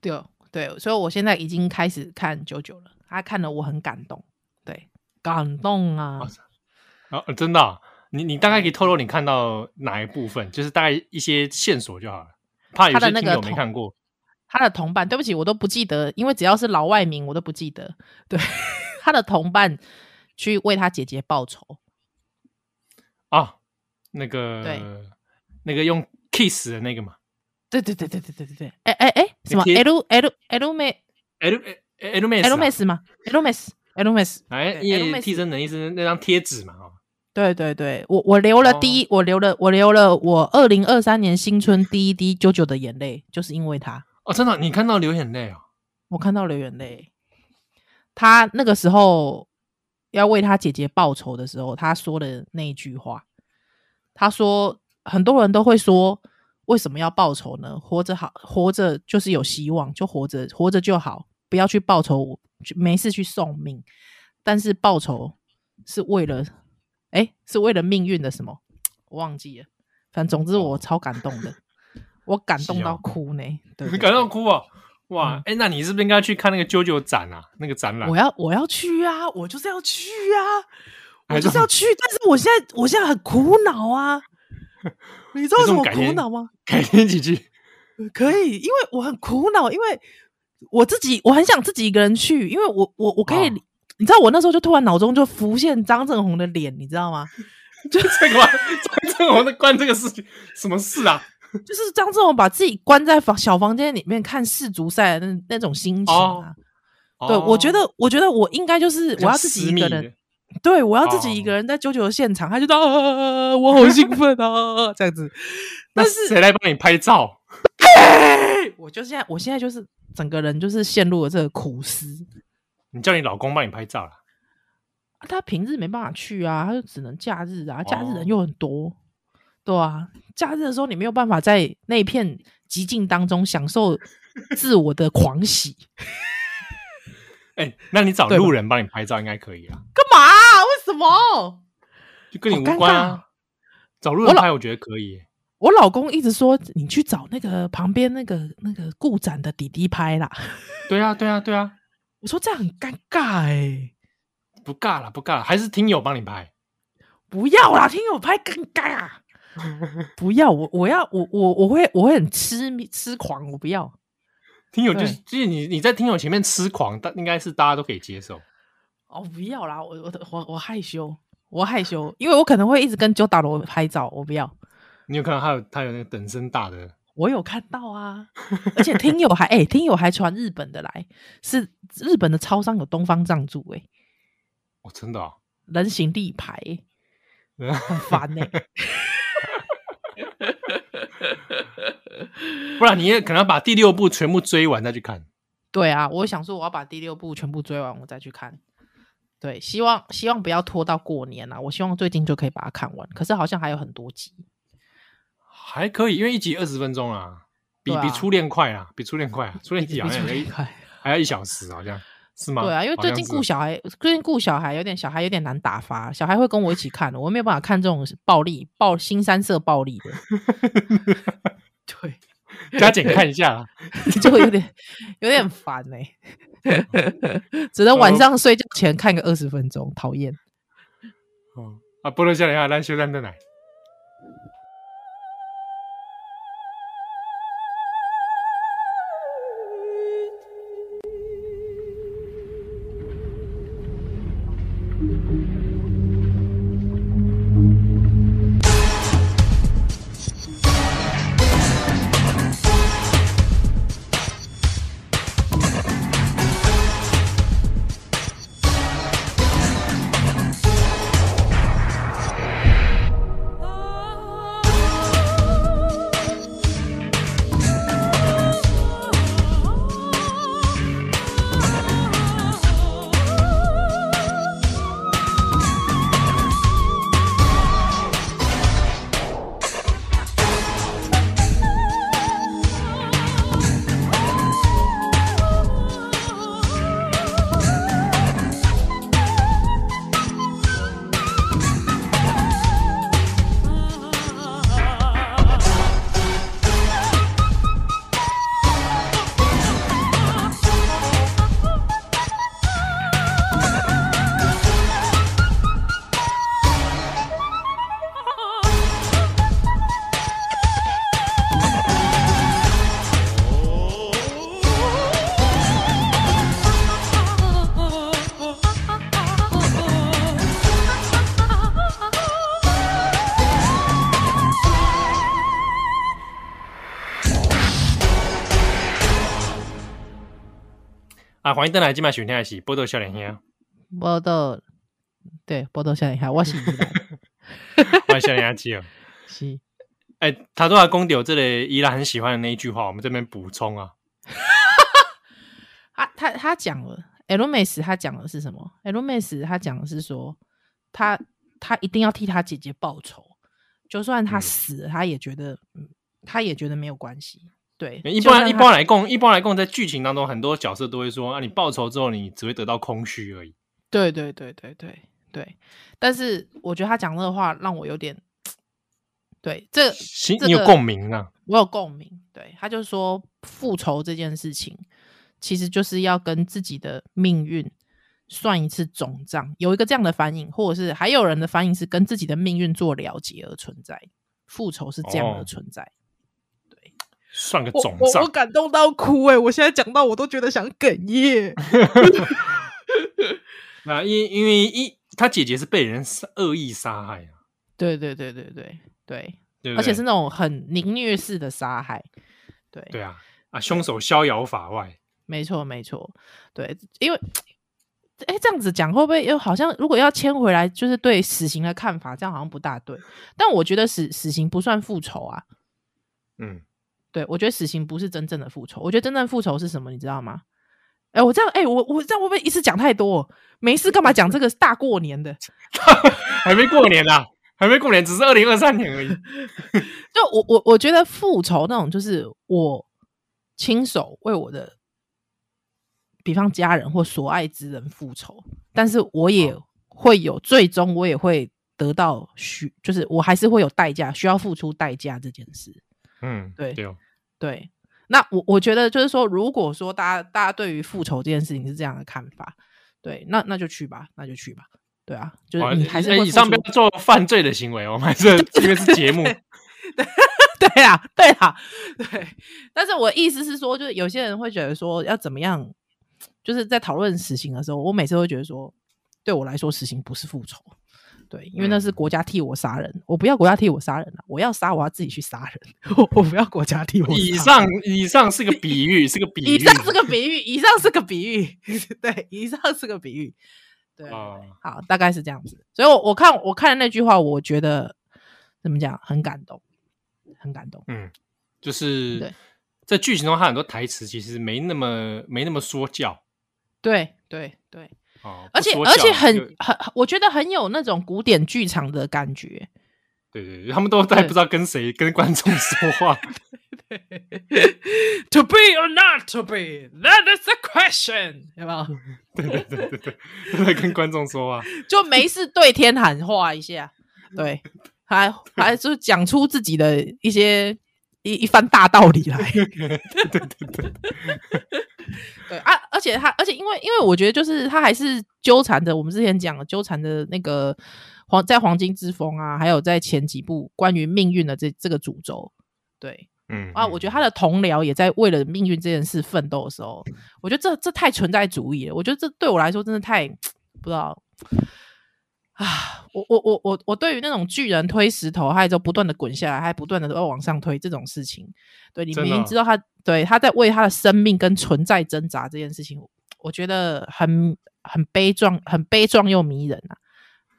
Speaker 3: 对哦对哦，所以我现在已经开始看九九了，他看了我很感动，对，感动啊
Speaker 2: 哇！啊，呃真的啊、你你大概可以透露你看到哪一部分，就是大概一些线索就好了，怕有
Speaker 3: 他的
Speaker 2: 些
Speaker 3: 那
Speaker 2: 听
Speaker 3: 个
Speaker 2: 友没
Speaker 3: 同
Speaker 2: 看过。
Speaker 3: 他的同伴，对不起，我都不记得，因为只要是老外名我都不记得。对，他的同伴去为他姐姐报仇，
Speaker 2: 啊，那个
Speaker 3: 对
Speaker 2: 那个用 kiss 的那个嘛
Speaker 3: 对对对对对对对对，哎哎哎，什么
Speaker 2: 贴
Speaker 3: L L L 妹
Speaker 2: ，L L M
Speaker 3: L 妹
Speaker 2: S，
Speaker 3: 是吗？L 妹 S L 妹 S，
Speaker 2: 哎，
Speaker 3: 对
Speaker 2: 夜
Speaker 3: Hermes
Speaker 2: 替身能力是那张贴纸嘛，哦，
Speaker 3: 对对对，我我流了第一，我流了我流了我二零二三年新春第一滴九九的眼泪，就是因为他，
Speaker 2: 哦，真的，你看到流眼泪哦，
Speaker 3: 我看到了眼泪。他那个时候要为他姐姐报仇的时候，他说的那一句话，他说很多人都会说，为什么要报仇呢？活着好，活着就是有希望，就活着，活着就好，不要去报仇，去没事去送命。但是报仇是为了，哎，是为了命运的什么？我忘记了，反正总之我超感动的，我感
Speaker 2: 哦
Speaker 3: 动
Speaker 2: 是哦
Speaker 3: 到哭呢， 对对
Speaker 2: 你感动哭哦，哇
Speaker 3: 嗯，
Speaker 2: 哎，那你是不是应该去看那个啾啾展啊？那个展览
Speaker 3: 我，要我要去啊，我就是要去啊，我
Speaker 2: 还
Speaker 3: 就是是要去，但是我现在我现在很苦恼 啊，你知道为
Speaker 2: 还是
Speaker 3: 什
Speaker 2: 我
Speaker 3: 么
Speaker 2: 们改
Speaker 3: 苦
Speaker 2: 天
Speaker 3: 恼吗？呃
Speaker 2: 改天几句，
Speaker 3: 可以，因为我很苦恼，因为我自己我很想自己一个人去，因为我我我可以，
Speaker 2: 哦
Speaker 3: 你知道我那时候就突然脑中就浮现张正宏的脸，你知道吗？
Speaker 2: 这个嘛这这我在关这个事情什么事啊？
Speaker 3: 就是张正宏把自己关在房小房间里面看世足赛的那那种心情啊。对，我觉
Speaker 2: 哦
Speaker 3: 得我觉得我应该就是
Speaker 2: 比较
Speaker 3: 我要自己
Speaker 2: 私
Speaker 3: 一个
Speaker 2: 密
Speaker 3: 人
Speaker 2: 的。
Speaker 3: 对，我要自己一个人在九九的现场，他就到、啊，我好兴奋啊，这样子。
Speaker 2: 那
Speaker 3: 但是，
Speaker 2: 谁来帮你拍照？
Speaker 3: 我就现在，我现在就是整个人就是陷入了这个苦思。
Speaker 2: 你叫你老公帮你拍照啦。
Speaker 3: 啊他平日没办法去啊，他就只能假日啊，假日
Speaker 2: 哦
Speaker 3: 人又很多，对啊，假日的时候你没有办法在那一片寂静当中享受自我的狂喜。
Speaker 2: 哎、那你找
Speaker 3: 对吧
Speaker 2: 路人帮你拍照应该可以啊，
Speaker 3: 干嘛啊、为什么？
Speaker 2: 就跟你
Speaker 3: 好尴
Speaker 2: 无关
Speaker 3: 尬哦
Speaker 2: 啊。找路
Speaker 3: 我
Speaker 2: 人
Speaker 3: 老
Speaker 2: 拍我觉得可以耶，
Speaker 3: 我老公一直说你去找那个旁边那个那个顾展的弟弟拍啦。
Speaker 2: 对啊，对啊，对啊，
Speaker 3: 我说这样很尴尬哎、
Speaker 2: 不尬了，不尬了，还是听友帮你拍。
Speaker 3: 不要啦，听我拍更尬啊！不要，我我要我我我会我会很痴迷痴狂，我不要。
Speaker 2: 听友就是
Speaker 3: 对
Speaker 2: 就是你你在听友前面痴狂，但应该是大家都可以接受。
Speaker 3: 哦，不要啦，我我我我害羞，我害羞，因为我可能会一直跟九打罗拍照，我不要。
Speaker 2: 你有看到他有他有那个等身大的，
Speaker 3: 我有看到啊，而且听友还哎、听友还传日本的来，是日本的超商有东方藏柱哎、
Speaker 2: 哦，真的、 哦，
Speaker 3: 人形立牌、欸，很烦欸呢、
Speaker 2: 不然你也可能要把第六部全部追完再去看。
Speaker 3: 对啊，我想说我要把第六部全部追完，我再去看。对，希望希望不要拖到过年啊！我希望最近就可以把它看完，可是好像还有很多集。
Speaker 2: 还可以，因为一集二十分钟啊，比、
Speaker 3: 对啊
Speaker 2: 比初恋快啊，比初恋 快啊，初恋一集好像
Speaker 3: 比
Speaker 2: 还
Speaker 3: 比
Speaker 2: 要
Speaker 3: 快
Speaker 2: 还要一小时，好像是 吗？
Speaker 3: 对啊，因为
Speaker 2: 好
Speaker 3: 最
Speaker 2: 像
Speaker 3: 近
Speaker 2: 是
Speaker 3: 顾小孩，最近顾小孩有点小孩有点难打发，小孩会跟我一起看，我没有办 法看这种暴力暴新三色暴力的。对，
Speaker 2: 加减看一 下啦。啊
Speaker 3: 就有点有点烦呢、只能
Speaker 2: 嗯
Speaker 3: 晚上睡觉前看个二十分钟，讨厌。
Speaker 2: 哦，啊，波多少年啊，咱小咱再来。啊，欢迎登来，今晚收听的是波多少年啊 兄，
Speaker 3: 波豆，对，波豆笑一下，我是宜兰
Speaker 2: 欢迎少年阿基哦。
Speaker 3: 是
Speaker 2: 哎，塔多亚公丢这里依然很喜欢的那一句话，我们这边补充啊。
Speaker 3: 啊，他他讲了哎 l m s 他讲的是什么哎 l m s 他讲的是说，他他一定要替他姐姐报仇，就算他
Speaker 2: 嗯
Speaker 3: 死了，他也觉得，嗯，他也觉得没有关系。对，
Speaker 2: 一
Speaker 3: 就算
Speaker 2: 般一
Speaker 3: 他
Speaker 2: 般来供，一般来供，在剧情当中，很多角色都会说啊，你报仇之后，你只会得到空虚而已。
Speaker 3: 对对对对对对，但是我觉得他讲这个话让我有点，对，这
Speaker 2: 心
Speaker 3: 这
Speaker 2: 你有
Speaker 3: 个
Speaker 2: 共鸣啊？
Speaker 3: 我有共鸣。对，他就说复仇这件事情，其实就是要跟自己的命运算一次总账，有一个这样的反应，或者是还有人的反应是跟自己的命运做了结而存在，复仇是这样
Speaker 2: 哦
Speaker 3: 的存在。
Speaker 2: 算个
Speaker 3: 我
Speaker 2: 总
Speaker 3: 我
Speaker 2: 账
Speaker 3: 我，感动到哭哎、我现在讲到我都觉得想哽咽。
Speaker 2: 那因因为一他姐姐是被人杀恶意杀害啊，
Speaker 3: 对对对对对对，
Speaker 2: 对不对？
Speaker 3: 而且是那种很凌虐式的杀害。对
Speaker 2: 对啊啊，凶手逍遥法外，
Speaker 3: 没错，没错，对，因为，哎，这样子讲会不会又好像，如果要牵回来，就是对死刑的看法，这样好像不大对。但我觉得死死刑不算复仇啊，
Speaker 2: 嗯，
Speaker 3: 对我觉得死刑不是真正的复仇，我觉得真正复仇是什么，你知道吗？哎，我这样，哎，我我这样会不会一次讲太多？哦没事，干嘛讲这个大过年的？
Speaker 2: 还没过年啊，还没过年，只是二零二三年而已。
Speaker 3: 就我我我觉得复仇那种，就是我亲手为我的，比方家人或所爱之人复仇，但是我也
Speaker 2: 哦
Speaker 3: 会有，最终我也会得到需，就是我还是会有代价，需要付出代价这件事。
Speaker 2: 嗯，
Speaker 3: 对
Speaker 2: 对哦，
Speaker 3: 对，那我我觉得就是说，如果说大家大家对于复仇这件事情是这样的看法，对，那那就去吧，那就去吧。对啊，就是你还是
Speaker 2: 哎
Speaker 3: 会付
Speaker 2: 以上不
Speaker 3: 出
Speaker 2: 要做犯罪的行为哦，我们还 是因为是节目，
Speaker 3: 对啦，对啦，对。但是我意思是说，就是有些人会觉得说要怎么样，就是在讨论死刑的时候，我每次都会觉得说，对我来说，死刑不是复仇，对，因为那是
Speaker 2: 嗯
Speaker 3: 国家替我杀人，我不要国家替我杀人啊，我要杀我要自己去杀人，我我不要国家替我杀人。
Speaker 2: 以上以上是个比喻，是个比喻，
Speaker 3: 以上是个比喻，以上是个比喻， 对，以上是个比喻，对，
Speaker 2: 啊，
Speaker 3: 好，大概是这样子。所以我，我看我看了那句话，我觉得怎么讲，很感动，很感动，
Speaker 2: 嗯，就是
Speaker 3: 对
Speaker 2: 在剧情中，他很多台词其实没那么没那么说教
Speaker 3: 对对对。
Speaker 2: 啊，不
Speaker 3: 而且
Speaker 2: 说
Speaker 3: 而
Speaker 2: 教
Speaker 3: 且
Speaker 2: 就
Speaker 3: 很很，我觉得很有那种古典剧场的感觉。
Speaker 2: 对对，对他们都在
Speaker 3: 对
Speaker 2: 不知道跟谁跟观众说话，
Speaker 3: to be or not to be, that is the question，有没有？
Speaker 2: 对对对对对，都在跟观众说话，
Speaker 3: 就没事对天喊话一下，对，还还就讲出自己的一些一一番大道理来。
Speaker 2: 对对对对，
Speaker 3: 对啊，而且他，而且因为因为我觉得就是他还是纠缠着我们之前讲的纠缠着那个黄在黄金之风啊，还有在前几部关于命运的这这个主轴，对
Speaker 2: 嗯
Speaker 3: 啊，我觉得他的同僚也在为了命运这件事奋斗的时候，我觉得这这太存在主义了，我觉得这对我来说真的太不知道。啊，我我我我我对于那种巨人推石头，还就不断的滚下来，还不断的要往上推这种事情，对你
Speaker 2: 真的
Speaker 3: 明明
Speaker 2: 啊
Speaker 3: 知道他对他在为他的生命跟存在挣扎这件事情，我我觉得很很悲壮，很悲壮又迷人啊！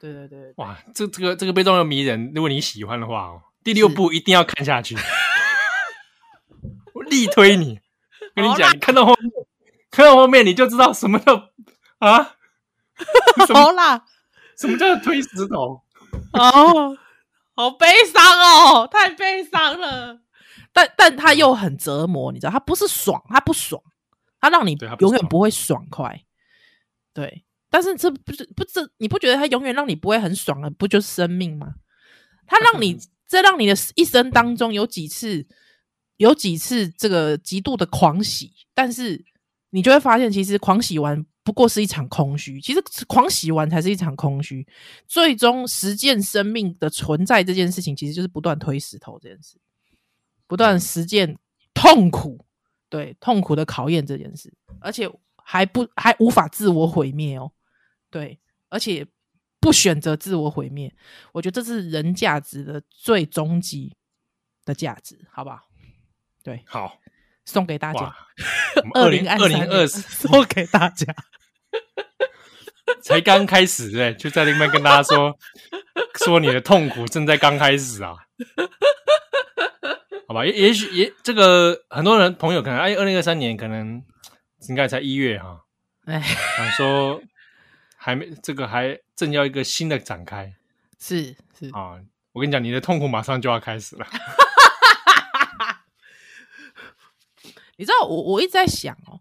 Speaker 3: 对对对，对
Speaker 2: 哇，这这个这个被动又迷人，如果你喜欢的话哦，第六部一定要看下去， 我力推你。跟你
Speaker 3: 好啦
Speaker 2: 讲，你看到后面，看到后面你就知道什么叫 啊，什么
Speaker 3: 好啦，
Speaker 2: 什么叫推石头。
Speaker 3: 哦，好悲伤哦，太悲伤了。但但他又很折磨，你知道，他不是爽，他不爽，他让你
Speaker 2: 对他不
Speaker 3: 永远
Speaker 2: 爽
Speaker 3: 不会爽快。对，但是这不是不这你不觉得他永远让你不会很爽的，不就是生命吗？他让你这让你的一生当中有几次有几次这个极度的狂喜，但是你就会发现，其实狂喜完不过是一场空虚，其实狂喜完才是一场空虚。最终实践生命的存在这件事情，其实就是不断推石头这件事，不断实践痛苦，对痛苦的考验这件事，而且还不还无法自我毁灭哦，对，而且不选择自我毁灭，我觉得这是人价值的最终极的价值，好不好？对，
Speaker 2: 好，
Speaker 3: 送给大家
Speaker 2: 哇。，我们
Speaker 3: 二零
Speaker 2: 零
Speaker 3: 二
Speaker 2: 二
Speaker 3: 零
Speaker 2: 零
Speaker 3: 二
Speaker 2: 二
Speaker 3: 送给大家。
Speaker 2: 才刚开始哎、就在那边跟大家说说你的痛苦正在刚开始啊，好吧，也也许也这个很多人朋友可能哎，二零二三年可能应该才一月哈、
Speaker 3: 哎，
Speaker 2: 想说还没这个还正要一个新的展开
Speaker 3: 是是，
Speaker 2: 啊，我跟你讲，你的痛苦马上就要开始了，
Speaker 3: 你知道我我一直在想哦，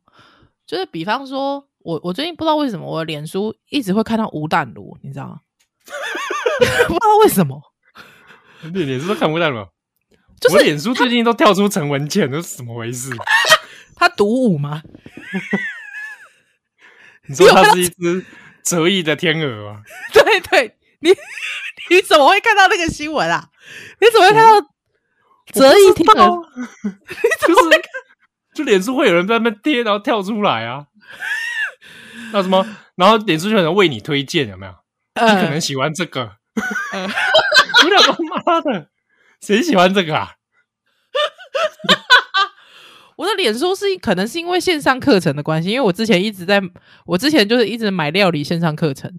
Speaker 3: 就是比方说，我我最近不知道为什么我的脸书一直会看到吴淡如，你知道吗？ 不知道为什么，
Speaker 2: 你脸书都看不到了。
Speaker 3: 就是
Speaker 2: 我脸书最近都跳出陈文茜，这是怎么回事？
Speaker 3: 他独舞吗？
Speaker 2: 你说它是一只折翼的天鹅吗？
Speaker 3: 对对，你 你怎么会看到那个新闻啊？你怎么会看到折
Speaker 2: 我
Speaker 3: 翼
Speaker 2: 不知
Speaker 3: 天鹅？
Speaker 2: 道 就是就脸书会有人在那边贴，然后跳出来 啊。那什么，然后脸书就有人为你推荐，有没有？你可
Speaker 3: 呃
Speaker 2: 能喜欢这个。
Speaker 3: 呃
Speaker 2: 我想说，妈的，谁喜欢这个啊？
Speaker 3: 我的脸书是可能是因为线上课程的关系，因为我之前一直在，我之前就是一直买料理线上课程，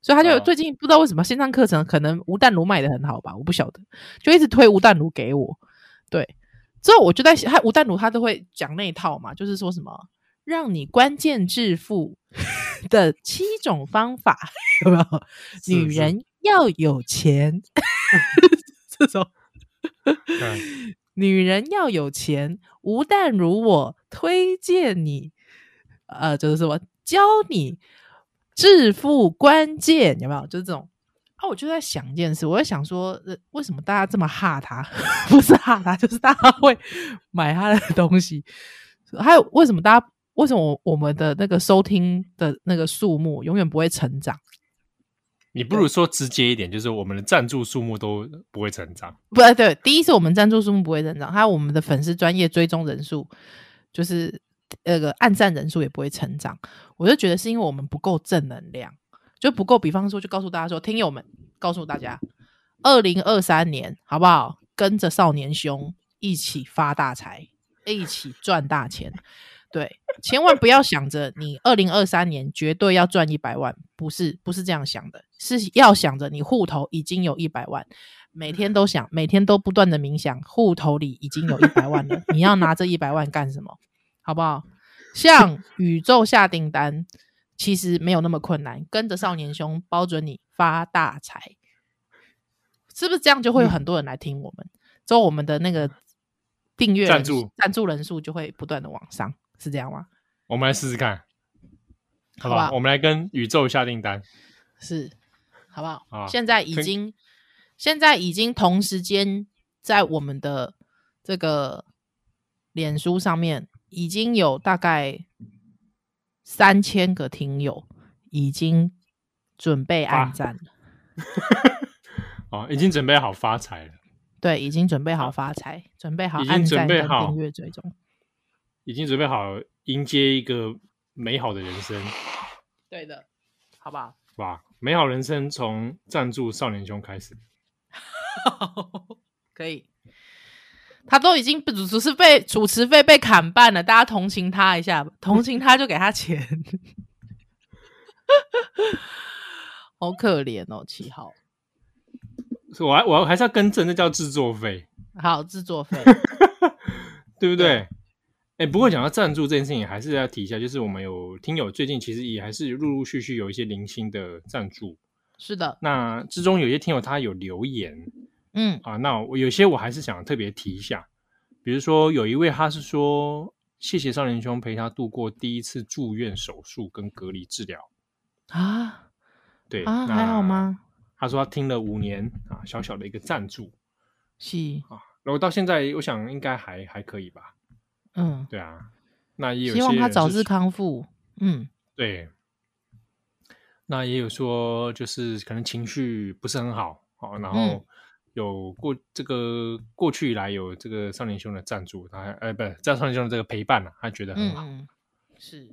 Speaker 3: 所以他就
Speaker 2: 哦
Speaker 3: 最近不知道为什么线上课程可能吴淡如卖的很好吧，我不晓得，就一直推吴淡如给我。对，之后我就在想，他吴淡如他都会讲那一套嘛，就是说什么让你关键致富的七种方法， 有没有？
Speaker 2: 是
Speaker 3: 女人要有 钱，这种。
Speaker 2: 嗯
Speaker 3: 女人要有钱，吴淡如我推荐你，呃，就是什么教你致富关键，有没有？就是这种。啊，我就在想一件事，我在想说，呃为什么大家这么哈他？ 不是哈他，就是大家会买他的东西。还有为什么大家为什么我我们的那个收听的那个数目永远不会成长？
Speaker 2: 你不如说直接一点，就是我们的赞助数目都不会成长。
Speaker 3: 不对，对第一是我们赞助数目不会增长，还有我们的粉丝专业追踪人数，就是那个按赞人数也不会成长。我就觉得是因为我们不够正能量，就不够。比方说，就告诉大家说，听友们，告诉大家，二零二三年好不好？跟着少年兄一起发大财，一起赚大钱。对，千万不要想着你二零二三年绝对要赚一百万，不是不是这样想的，是要想着你户头已经有一百万，每天都想，每天都不断的冥想，户头里已经有一百万了，你要拿这一百万干什么？好不好？向宇宙下订单，其实没有那么困难，跟着少年兄，包准你发大财，是不是这样
Speaker 2: 嗯
Speaker 3: 就会有很多人来听我们？之后我们的那个订阅人
Speaker 2: 赞助
Speaker 3: 赞助人数就会不断的往上，是这样吗？
Speaker 2: 我们来试试看，好不
Speaker 3: 好啊
Speaker 2: 好？
Speaker 3: 吧
Speaker 2: 我们来跟宇宙下订单。
Speaker 3: 是，好不好？
Speaker 2: 啊
Speaker 3: 现在已
Speaker 2: 可以
Speaker 3: 经，现在已经同时间在我们的这个脸书上面已经有大概三千个听友已经准备
Speaker 2: 哇
Speaker 3: 按赞了，
Speaker 2: 哦，已经准备好发财了，
Speaker 3: 对，已经准备好发财，准备好
Speaker 2: 已经
Speaker 3: 按
Speaker 2: 准
Speaker 3: 赞
Speaker 2: 备
Speaker 3: 跟
Speaker 2: 好
Speaker 3: 订阅追踪。
Speaker 2: 已经准备好迎接一个美好的人生，
Speaker 3: 对的，好不好？
Speaker 2: 哇！美好人生从赞助少年兄开始，
Speaker 3: 可以。他都已经不主持费主持费被砍半了，大家同情他 一下吧，同情他就给他钱， 好可怜哦，七号。
Speaker 2: 所以我还我还是要更正，那叫制作费，
Speaker 3: 好，制作 费
Speaker 2: 对不对？哎、不过讲到赞助这件事情，还是要提一下，就是我们有听友最近其实也还是陆陆续续有一些零星的赞助，
Speaker 3: 是的，
Speaker 2: 那之中有些听友他有留言，
Speaker 3: 嗯，
Speaker 2: 啊，那我有些我还是想特别提一下，比如说有一位他是说谢谢少年兄陪他度过第一次住院手术跟隔离治疗，
Speaker 3: 啊
Speaker 2: 对
Speaker 3: 啊，还好？吗？
Speaker 2: 那他说他听了五年啊，小小的一个赞助，
Speaker 3: 是，
Speaker 2: 然后到现在我想应该还还可以吧，
Speaker 3: 嗯，
Speaker 2: 对啊，那也有
Speaker 3: 希望
Speaker 2: 些
Speaker 3: 他
Speaker 2: 人
Speaker 3: 早
Speaker 2: 是
Speaker 3: 日康复。嗯，
Speaker 2: 对，那也有说就是可能情绪不是很好哦，然后
Speaker 3: 嗯
Speaker 2: 有过这个过去以来有这个少年兄的赞助，他呃不这少年兄的这个陪伴啊，他觉得很
Speaker 3: 嗯
Speaker 2: 好，
Speaker 3: 嗯，是，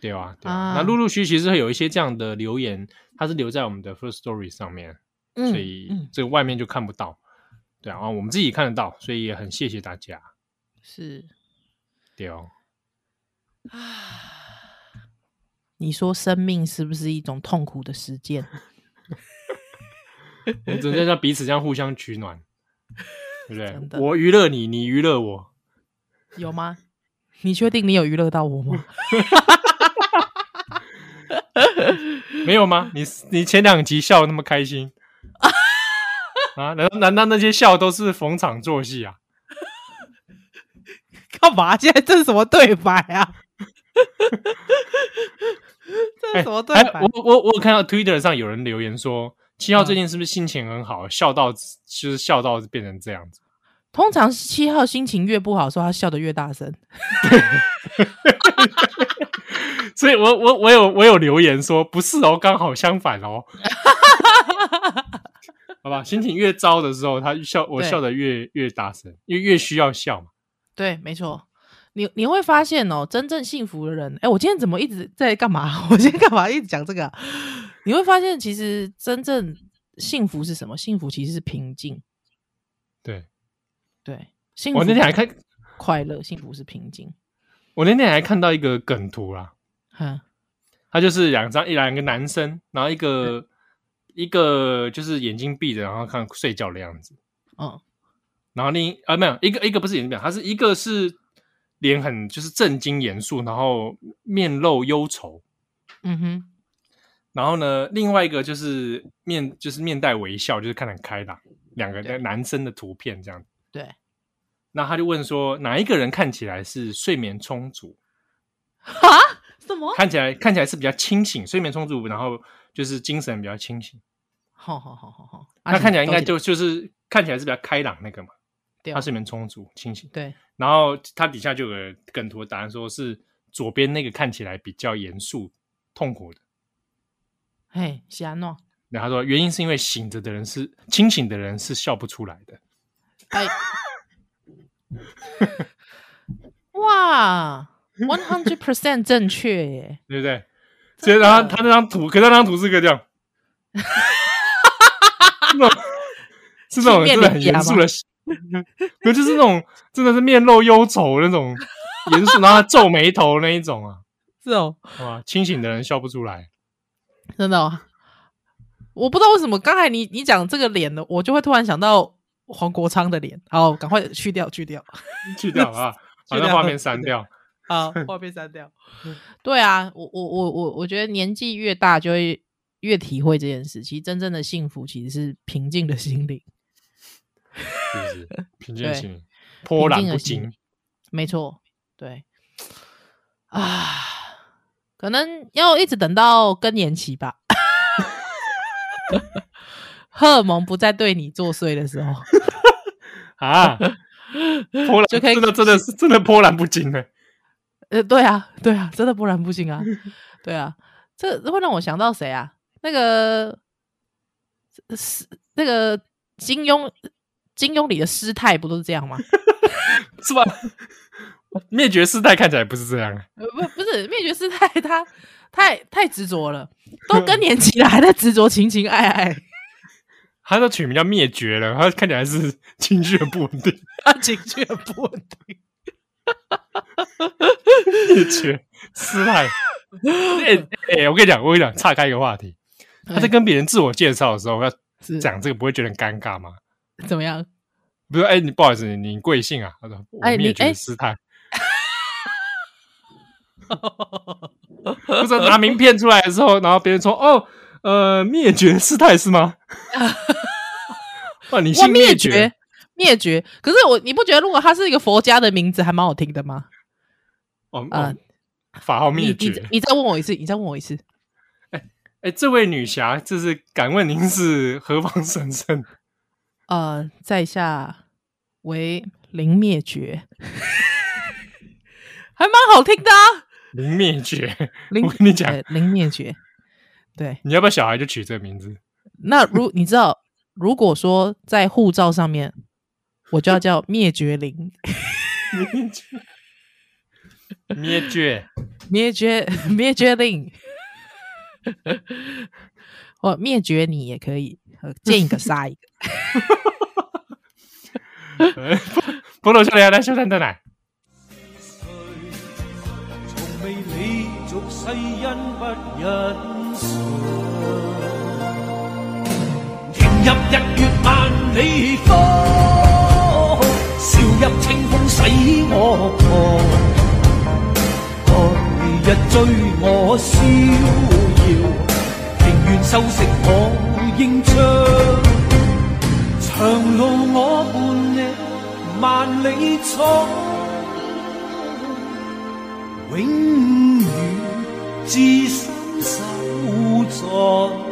Speaker 2: 对啊？对啊，
Speaker 3: 啊
Speaker 2: 那陆陆续续其实会有一些这样的留言，它是留在我们的 First Story 上面，
Speaker 3: 嗯
Speaker 2: 所以
Speaker 3: 嗯
Speaker 2: 这个外面就看不到，对啊，啊我们自己看得到，所以也很谢谢大家，
Speaker 3: 是
Speaker 2: 对哦，
Speaker 3: 啊。你说生命是不是一种痛苦的实践？
Speaker 2: 我们只能让彼此这样互相取暖，对不
Speaker 3: 真
Speaker 2: 对？
Speaker 3: 的
Speaker 2: 我娱乐你，你娱乐我。
Speaker 3: 有吗？你确定你有娱乐到我吗？
Speaker 2: 没有吗？ 你你前两集笑得那么开心啊？难道难道那些笑都是逢场作戏啊？
Speaker 3: 干嘛？现在这是什么对白啊？ 这是什么对
Speaker 2: 哎
Speaker 3: 白？嗯
Speaker 2: 我我我有看到 Twitter 上有人留言说，七号最近是不是心情很好，笑到就是笑到变成这样子？
Speaker 3: 通常七号心情越不好的时候，说他笑得越大声。
Speaker 2: 所以我我我有我有留言说不是哦，刚好相反哦。 好吧，心情越糟的时候，他笑我
Speaker 3: 对
Speaker 2: 笑得越越大声，因为越需要笑嘛。
Speaker 3: 对，没错。你你会发现哦，真正幸福的人，哎，我今天怎么一直在干嘛？ 我今天干嘛一直讲这个啊、你会发现，其实真正幸福是什么？幸福其实是平静。
Speaker 2: 对
Speaker 3: 对，幸福
Speaker 2: 我那天还看，
Speaker 3: 快乐，幸福是平静。
Speaker 2: 我那天还看到一个梗图啦，
Speaker 3: 哼，
Speaker 2: 他就是两张，一两个男生，然后一个一个就是眼睛闭着，然后看睡觉的样子，
Speaker 3: 嗯，
Speaker 2: 然后另一啊没有一个一个不是眼睛闭着，他是一个是脸很就是正经严肃，然后面露忧愁，
Speaker 3: 嗯哼，
Speaker 2: 然后呢另外一个就是面就是面带微笑，就是看得很开朗，两个
Speaker 3: 对
Speaker 2: 男生的图片这样。
Speaker 3: 对，
Speaker 2: 那他就问说，哪一个人看起来是睡眠充足？
Speaker 3: 哈，什么？
Speaker 2: 看起来看起来是比较清醒，睡眠充足，然后就是精神比较清醒。
Speaker 3: 好好好好好，
Speaker 2: 他看起来应该
Speaker 3: 都
Speaker 2: 就就是看起来是比较开朗那个嘛，
Speaker 3: 对啊
Speaker 2: 他睡眠充足清醒。
Speaker 3: 对，
Speaker 2: 然后他底下就有个梗图的答案，说是左边那个看起来比较严肃痛苦的。
Speaker 3: 嘿，喜安诺，
Speaker 2: 然后他说原因是因为醒着的人是清醒的人是笑不出来的。
Speaker 3: 哎， 哇，one hundred percent 正确耶，
Speaker 2: 对不对？所以
Speaker 3: 真的
Speaker 2: 然后他那张图，可是那张图是个这 样，是那种是那种
Speaker 3: 面
Speaker 2: 真的很严肃的，可就是那种真的是面露忧愁那种严肃，然后他皱眉头那一种啊，
Speaker 3: 是哦，
Speaker 2: 哇，清醒的人笑不出来。
Speaker 3: 真的、哦，我不知道为什么刚才你你讲这个脸呢，我就会突然想到黄国昌的脸，好，赶快去掉去 掉，
Speaker 2: 去掉啊，把
Speaker 3: 去掉
Speaker 2: 那画面删掉。
Speaker 3: 啊，画面删掉，对啊，我我我我我觉得年纪越大就会越体会这件事，其实真正的幸福其实是平静的心灵。
Speaker 2: 是不是？平静
Speaker 3: 对
Speaker 2: 心，波澜不
Speaker 3: 平静
Speaker 2: 惊
Speaker 3: 而行。没错，对啊，可能要一直等到更年期吧， 荷尔蒙不再对你作祟的时候，
Speaker 2: 啊！波兰
Speaker 3: 就可以
Speaker 2: 真的真的是真的波澜不惊哎、
Speaker 3: 呃，对啊，对啊，真的波澜不惊啊，对啊，这这会让我想到谁啊？那个是那个金庸，金庸里的师太不都是这样吗？
Speaker 2: 是吧？灭绝师太看起来不是这样，
Speaker 3: 呃，不，不是灭绝师太，他太太执着了，都更年期了还在执着情情爱爱，
Speaker 2: 他都取名叫灭绝了，他看起来是情绪很不稳定。
Speaker 3: 他情绪很不稳定。
Speaker 2: 灭绝师 太，哎、哎我跟你讲，我跟你讲，岔开一个话题，
Speaker 3: 哎
Speaker 2: 他在跟别人自我介绍的时候要
Speaker 3: 是
Speaker 2: 讲这个，不会觉得很尴尬吗？
Speaker 3: 怎么样？
Speaker 2: 比如说，哎、你不好意思，你你贵姓啊？他说，我
Speaker 3: 哎你
Speaker 2: 灭
Speaker 3: 哎
Speaker 2: 绝师 太。不是拿名片出来的时候，然后别人说：“哦，呃，灭绝师太是 吗？”哇，你
Speaker 3: 哇，
Speaker 2: 姓
Speaker 3: 灭
Speaker 2: 绝
Speaker 3: 绝，灭绝！可是我，你不觉得如果他是一个佛家的名字，还蛮好听的吗？
Speaker 2: 哦，
Speaker 3: 啊
Speaker 2: 哦法号
Speaker 3: 你
Speaker 2: 灭
Speaker 3: 你
Speaker 2: 绝。
Speaker 3: 你再问我一次，你再问我一次。
Speaker 2: 哎，这位女侠，就是敢问您是何方神圣？
Speaker 3: 呃，在下为林灭绝， 还蛮好听的啊。
Speaker 2: 林灭绝，
Speaker 3: 林，
Speaker 2: 我跟你讲
Speaker 3: 呃林灭绝。对，
Speaker 2: 你要不要小孩就取这个名 字？
Speaker 3: 那如你知道，如果说在护照上面，我就要叫灭绝林，
Speaker 2: 灭绝，灭绝，
Speaker 3: 灭绝 灭绝 林，我灭绝你也可以，呃见一个杀一个。
Speaker 2: 呃 菠萝笑脸来笑蛋蛋奶。
Speaker 1: 从未理俗世因不忍常。甜入日月万里风，笑入清风使我狂。何日追我逍遙，庭園修飾我應唱。長路我伴你，萬里闖。永遠至深守在。